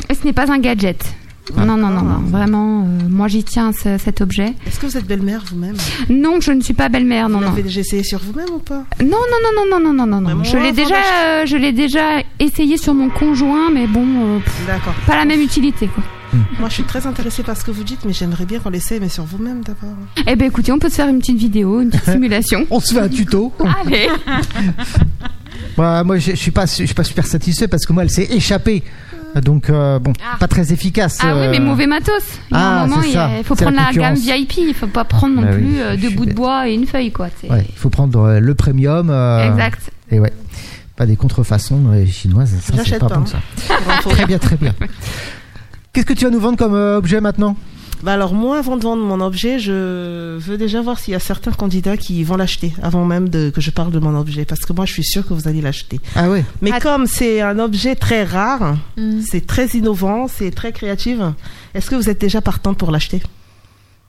Speaker 4: et ce n'est pas un gadget. Non, non, non, non,
Speaker 1: Ah.
Speaker 4: vraiment, euh, moi j'y tiens ce- cet objet.
Speaker 1: Est-ce que vous êtes belle-mère vous-même
Speaker 4: Non, je ne suis pas belle-mère, non,
Speaker 1: Vous
Speaker 4: non.
Speaker 1: l'avez déjà essayé sur vous-même ou pas
Speaker 4: Non, non, non, non, non, non, non, non.
Speaker 1: Vraiment, hein,
Speaker 4: Je l'ai
Speaker 1: faut
Speaker 4: déjà, euh, je l'ai déjà essayé sur mon conjoint, mais bon, euh, pff,
Speaker 1: D'accord.
Speaker 4: pas la même utilité, quoi.
Speaker 1: Moi, je suis très intéressée par ce que vous dites, mais j'aimerais bien qu'on l'essaye, mais sur vous-même d'abord.
Speaker 4: Eh ben écoutez, on peut se faire une petite vidéo, une petite simulation.
Speaker 2: On se fait un tuto.
Speaker 4: Allez
Speaker 2: Bah, moi, je, je suis pas, su- je suis pas super satisfait parce que moi, elle s'est échappée. Donc euh, bon,
Speaker 4: Ah.
Speaker 2: pas très efficace.
Speaker 4: Ah oui,
Speaker 2: euh.
Speaker 4: mais mauvais matos. Il y a
Speaker 2: Ah,
Speaker 4: un moment,
Speaker 2: c'est
Speaker 4: il y
Speaker 2: ça.
Speaker 4: a- il faut
Speaker 2: C'est la
Speaker 4: prendre la, gamme
Speaker 2: concurrence.
Speaker 4: VIP. Il faut pas prendre non
Speaker 2: Bah oui,
Speaker 4: plus
Speaker 2: je-
Speaker 4: euh,
Speaker 2: je
Speaker 4: deux
Speaker 2: suis
Speaker 4: bouts de
Speaker 2: bête.
Speaker 4: bois et une feuille, quoi. c'est-
Speaker 2: Ouais, il faut prendre euh, le premium. euh,
Speaker 4: Exact.
Speaker 2: Et ouais, pas des contrefaçons euh, chinoises. Ça, c'est
Speaker 1: J'achète
Speaker 2: pas,
Speaker 1: pas,
Speaker 2: bon
Speaker 1: hein.
Speaker 2: ça.
Speaker 1: Pour info.
Speaker 2: Très bien, très bien. Qu'est-ce que tu vas nous vendre comme euh, objet maintenant
Speaker 1: Bah alors moi, avant de vendre mon objet, je veux déjà voir s'il y a certains candidats qui vont l'acheter avant même de, que je parle de mon objet, parce que moi, je suis sûre que vous allez l'acheter.
Speaker 2: Ah ouais.
Speaker 1: Mais
Speaker 3: Ah.
Speaker 1: comme c'est un objet très rare,
Speaker 3: Mm.
Speaker 1: c'est très innovant, c'est très créatif. Est-ce que vous êtes déjà partante pour l'acheter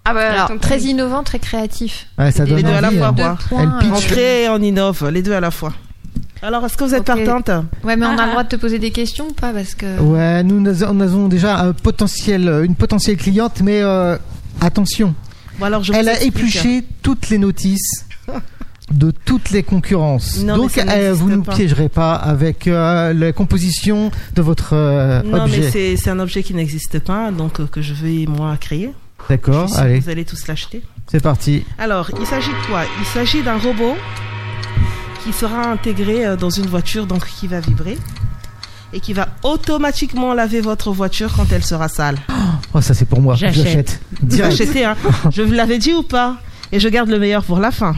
Speaker 4: Ah bah,
Speaker 3: Alors, très innovant, très créatif.
Speaker 2: Ouais, ça
Speaker 3: Des-
Speaker 2: donne
Speaker 1: les deux à la
Speaker 2: envie,
Speaker 1: fois,
Speaker 2: hein.
Speaker 1: quoi.
Speaker 2: Elle
Speaker 1: On
Speaker 2: pitch.
Speaker 1: crée et on innove, les deux à la fois. Alors, est-ce que vous êtes
Speaker 3: Ok.
Speaker 1: partante
Speaker 3: Ouais, mais
Speaker 1: Ah.
Speaker 3: on a le droit de te poser des questions ou pas Parce que.
Speaker 2: hein. Ouais, nous, nous nous avons déjà un potentiel, une potentielle cliente, mais euh, attention,
Speaker 1: Bon, alors, je
Speaker 2: elle
Speaker 1: vous
Speaker 2: a
Speaker 1: explique.
Speaker 2: épluché toutes les notices de toutes les concurrences.
Speaker 1: Non, mais
Speaker 2: Donc,
Speaker 1: ça
Speaker 2: euh, vous ne nous
Speaker 1: n'existe pas.
Speaker 2: piégerez pas avec euh, la composition de votre euh,
Speaker 1: Non, mais
Speaker 2: objet.
Speaker 1: c'est c'est un objet qui n'existe pas, donc euh, que je vais, moi, créer. Je suis
Speaker 2: D'accord,
Speaker 1: sûre que
Speaker 2: allez,
Speaker 1: Vous allez tous l'acheter.
Speaker 2: c'est parti.
Speaker 1: Alors, il s'agit de quoi Il s'agit d'un robot qui sera intégré euh, dans une voiture, donc qui va vibrer et qui va automatiquement laver votre voiture quand elle sera sale.
Speaker 2: Oh, ça c'est pour moi,
Speaker 5: J'achète.
Speaker 2: j'achète.
Speaker 1: Vous
Speaker 2: Direct.
Speaker 1: achetez, hein Je vous l'avais dit ou pas Et je garde le meilleur pour la fin.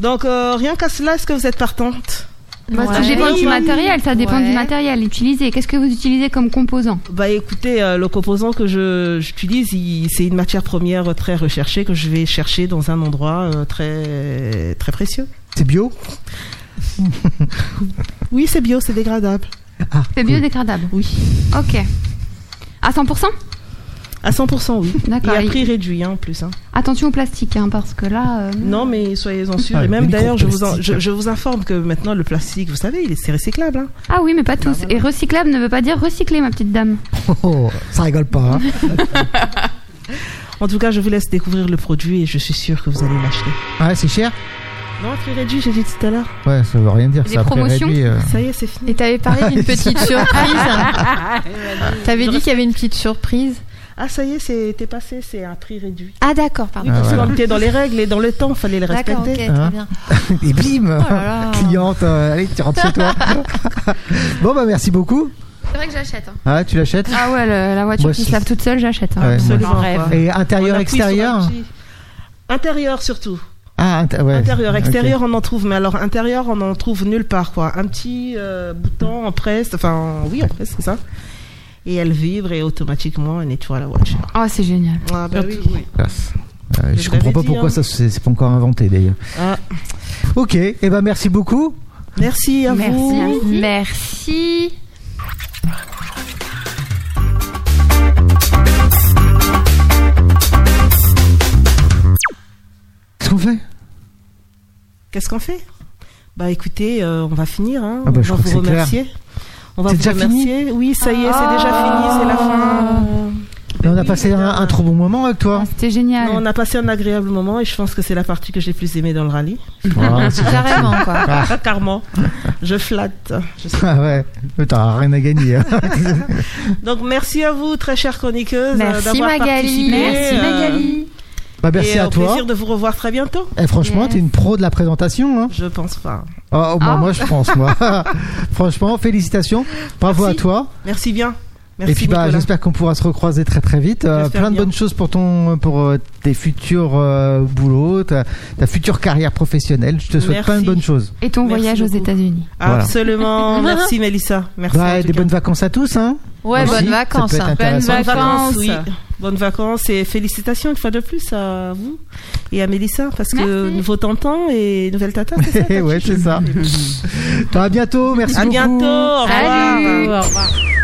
Speaker 1: Donc, euh, rien qu'à cela, est-ce que vous êtes partante
Speaker 3: Moi,
Speaker 4: Ça
Speaker 3: Ouais.
Speaker 4: dépend du matériel, ça dépend
Speaker 3: Ouais.
Speaker 4: du matériel utilisé. Qu'est-ce que vous utilisez comme composant
Speaker 1: Bah écoutez, euh, le composant que je- j'utilise, il- c'est une matière première très recherchée que je vais chercher dans un endroit euh, très, très précieux.
Speaker 2: C'est bio
Speaker 1: Oui, c'est bio, c'est dégradable.
Speaker 2: Ah,
Speaker 4: C'est
Speaker 2: cool.
Speaker 4: biodégradable.
Speaker 1: Oui.
Speaker 4: Ok. À 100%
Speaker 1: À 100%, oui.
Speaker 4: D'accord.
Speaker 1: Et à
Speaker 4: Et-
Speaker 1: prix réduit, hein, en plus. hein.
Speaker 4: Attention au plastique, hein, parce que là. euh,
Speaker 1: Non, mais soyez-en sûrs.
Speaker 2: Ah,
Speaker 1: Et même
Speaker 2: le
Speaker 1: d'ailleurs, je vous, en-
Speaker 2: microplastique.
Speaker 1: je, je vous informe que maintenant, le plastique, vous savez, il est, c'est recyclable. hein.
Speaker 4: Ah oui, mais pas tous. Et recyclable ne veut pas dire recycler, ma petite dame.
Speaker 2: Oh, oh, ça rigole pas. hein.
Speaker 1: En tout cas, je vous laisse découvrir le produit et je suis sûre que vous allez l'acheter.
Speaker 2: Ouais, Ah, c'est cher
Speaker 1: Non, prix réduit, j'ai dit tout à l'heure.
Speaker 2: Ouais, ça veut rien dire.
Speaker 4: Des
Speaker 2: ça, après,
Speaker 4: promotions
Speaker 2: réduit, euh.
Speaker 1: Ça y est, c'est fini.
Speaker 3: Et t'avais parlé d'une petite surprise. t'avais dit qu'il y avait une petite surprise.
Speaker 1: Ah, ça y est, c'est- t'es passé, c'est un prix réduit.
Speaker 3: Ah d'accord, pardon.
Speaker 1: Oui, parce que
Speaker 2: Ah, voilà.
Speaker 1: t'es dans les règles et dans le temps, fallait le
Speaker 3: D'accord, ok,
Speaker 1: respecter.
Speaker 3: très
Speaker 2: Hein
Speaker 3: bien.
Speaker 2: Et bim
Speaker 3: Oh là là.
Speaker 2: Cliente, euh, allez, tu rentres chez toi. bon, bah merci beaucoup.
Speaker 3: C'est vrai que j'achète. hein.
Speaker 2: Ah, tu l'achètes
Speaker 4: Ah ouais, le- la voiture
Speaker 2: Moi,
Speaker 4: qui
Speaker 2: c'est-
Speaker 4: se lave toute seule, j'achète. hein.
Speaker 2: Ah ouais, moi,
Speaker 1: Absolument.
Speaker 5: Mon rêve.
Speaker 1: quoi.
Speaker 2: Et
Speaker 1: On
Speaker 2: intérieur,
Speaker 1: appuie sur un
Speaker 2: extérieur
Speaker 1: petit- Intérieur surtout.
Speaker 2: Ah, inté- ouais.
Speaker 1: Intérieur,
Speaker 2: Ok.
Speaker 1: extérieur, on en trouve, mais alors intérieur, on en trouve nulle part, quoi. Un petit euh, bouton en presse, enfin, oui, en presse, c'est ça. Et elle vibre et automatiquement, elle nettoie la voiture.
Speaker 4: Oh, c'est génial.
Speaker 1: Ah, bah oui, oui.
Speaker 2: Classe. Euh,
Speaker 1: Je
Speaker 2: je comprends
Speaker 1: l'avais
Speaker 2: pas
Speaker 1: dit,
Speaker 2: pourquoi
Speaker 1: hein.
Speaker 2: ça c'est c'est pas encore inventé d'ailleurs.
Speaker 1: Ah.
Speaker 2: Ok, et ben merci beaucoup.
Speaker 1: Merci à vous.
Speaker 4: Merci. Merci.
Speaker 2: Qu'est-ce qu'on fait
Speaker 1: Qu'est-ce qu'on fait Bah écoutez, euh, on va finir. Hein.
Speaker 2: Ah bah, je
Speaker 1: on
Speaker 2: crois
Speaker 1: va
Speaker 2: que
Speaker 1: vous
Speaker 2: c'est clair.
Speaker 1: remercier. On va
Speaker 2: C'est
Speaker 1: vous
Speaker 2: déjà fini
Speaker 1: remercier. Ben oui, ça y est, c'est Ah, déjà fini, c'est la fin.
Speaker 2: Mais on a passé un, un trop bon moment avec toi.
Speaker 4: C'était génial.
Speaker 1: Non, on a passé un agréable moment et je pense que c'est la partie que j'ai le plus aimée dans le rallye.
Speaker 2: Ah, c'est-
Speaker 3: Carrément, quoi.
Speaker 1: Carrément, je flatte. Je sais.
Speaker 2: ah ouais, Mais t'auras rien à gagner. hein.
Speaker 1: Donc merci à vous, très chère chroniqueuse, euh,
Speaker 3: Merci
Speaker 1: d'avoir
Speaker 3: Magali.
Speaker 1: participé.
Speaker 4: Merci
Speaker 1: euh,
Speaker 4: Magali.
Speaker 2: Bah, merci
Speaker 1: et
Speaker 2: à
Speaker 1: au
Speaker 2: toi.
Speaker 1: plaisir de vous revoir très bientôt.
Speaker 2: Et franchement,
Speaker 3: Yes.
Speaker 2: t'es une pro de la présentation. Hein.
Speaker 1: Je pense pas.
Speaker 2: Ah, oh, bah,
Speaker 4: Ah.
Speaker 2: Moi, je pense, moi. franchement, félicitations. Bravo
Speaker 1: Merci.
Speaker 2: à toi.
Speaker 1: Merci bien. Merci
Speaker 2: Et puis, bah,
Speaker 1: Nicolas.
Speaker 2: j'espère qu'on pourra se recroiser très très vite. Euh,
Speaker 1: J'espère
Speaker 2: plein de
Speaker 1: bien.
Speaker 2: bonnes choses pour ton, pour euh, tes futurs euh, boulots, ta, ta future carrière professionnelle. Je te souhaite plein
Speaker 1: Merci.
Speaker 2: de bonnes choses.
Speaker 4: Et ton
Speaker 1: Merci
Speaker 4: voyage aux
Speaker 1: beaucoup.
Speaker 4: États-Unis.
Speaker 2: Voilà.
Speaker 1: Absolument. Merci Mélissa. Merci.
Speaker 2: Bah,
Speaker 1: en
Speaker 2: et
Speaker 1: tout
Speaker 2: des
Speaker 1: cas.
Speaker 2: bonnes vacances à tous. Hein.
Speaker 3: Ouais,
Speaker 2: Aussi,
Speaker 3: bonnes
Speaker 2: ça
Speaker 3: vacances.
Speaker 2: peut être
Speaker 3: hein.
Speaker 2: intéressant.
Speaker 1: Bonnes vacances.
Speaker 5: vacances.
Speaker 1: oui. Bonnes vacances et félicitations une fois de plus à vous et à Mélissa parce que
Speaker 4: Merci.
Speaker 1: nouveau tonton et nouvelle tata. c'est ça,
Speaker 2: ouais, c'est ça. Bah, à bientôt. Merci
Speaker 1: À
Speaker 2: beaucoup.
Speaker 1: bientôt. Au revoir.
Speaker 5: Au revoir.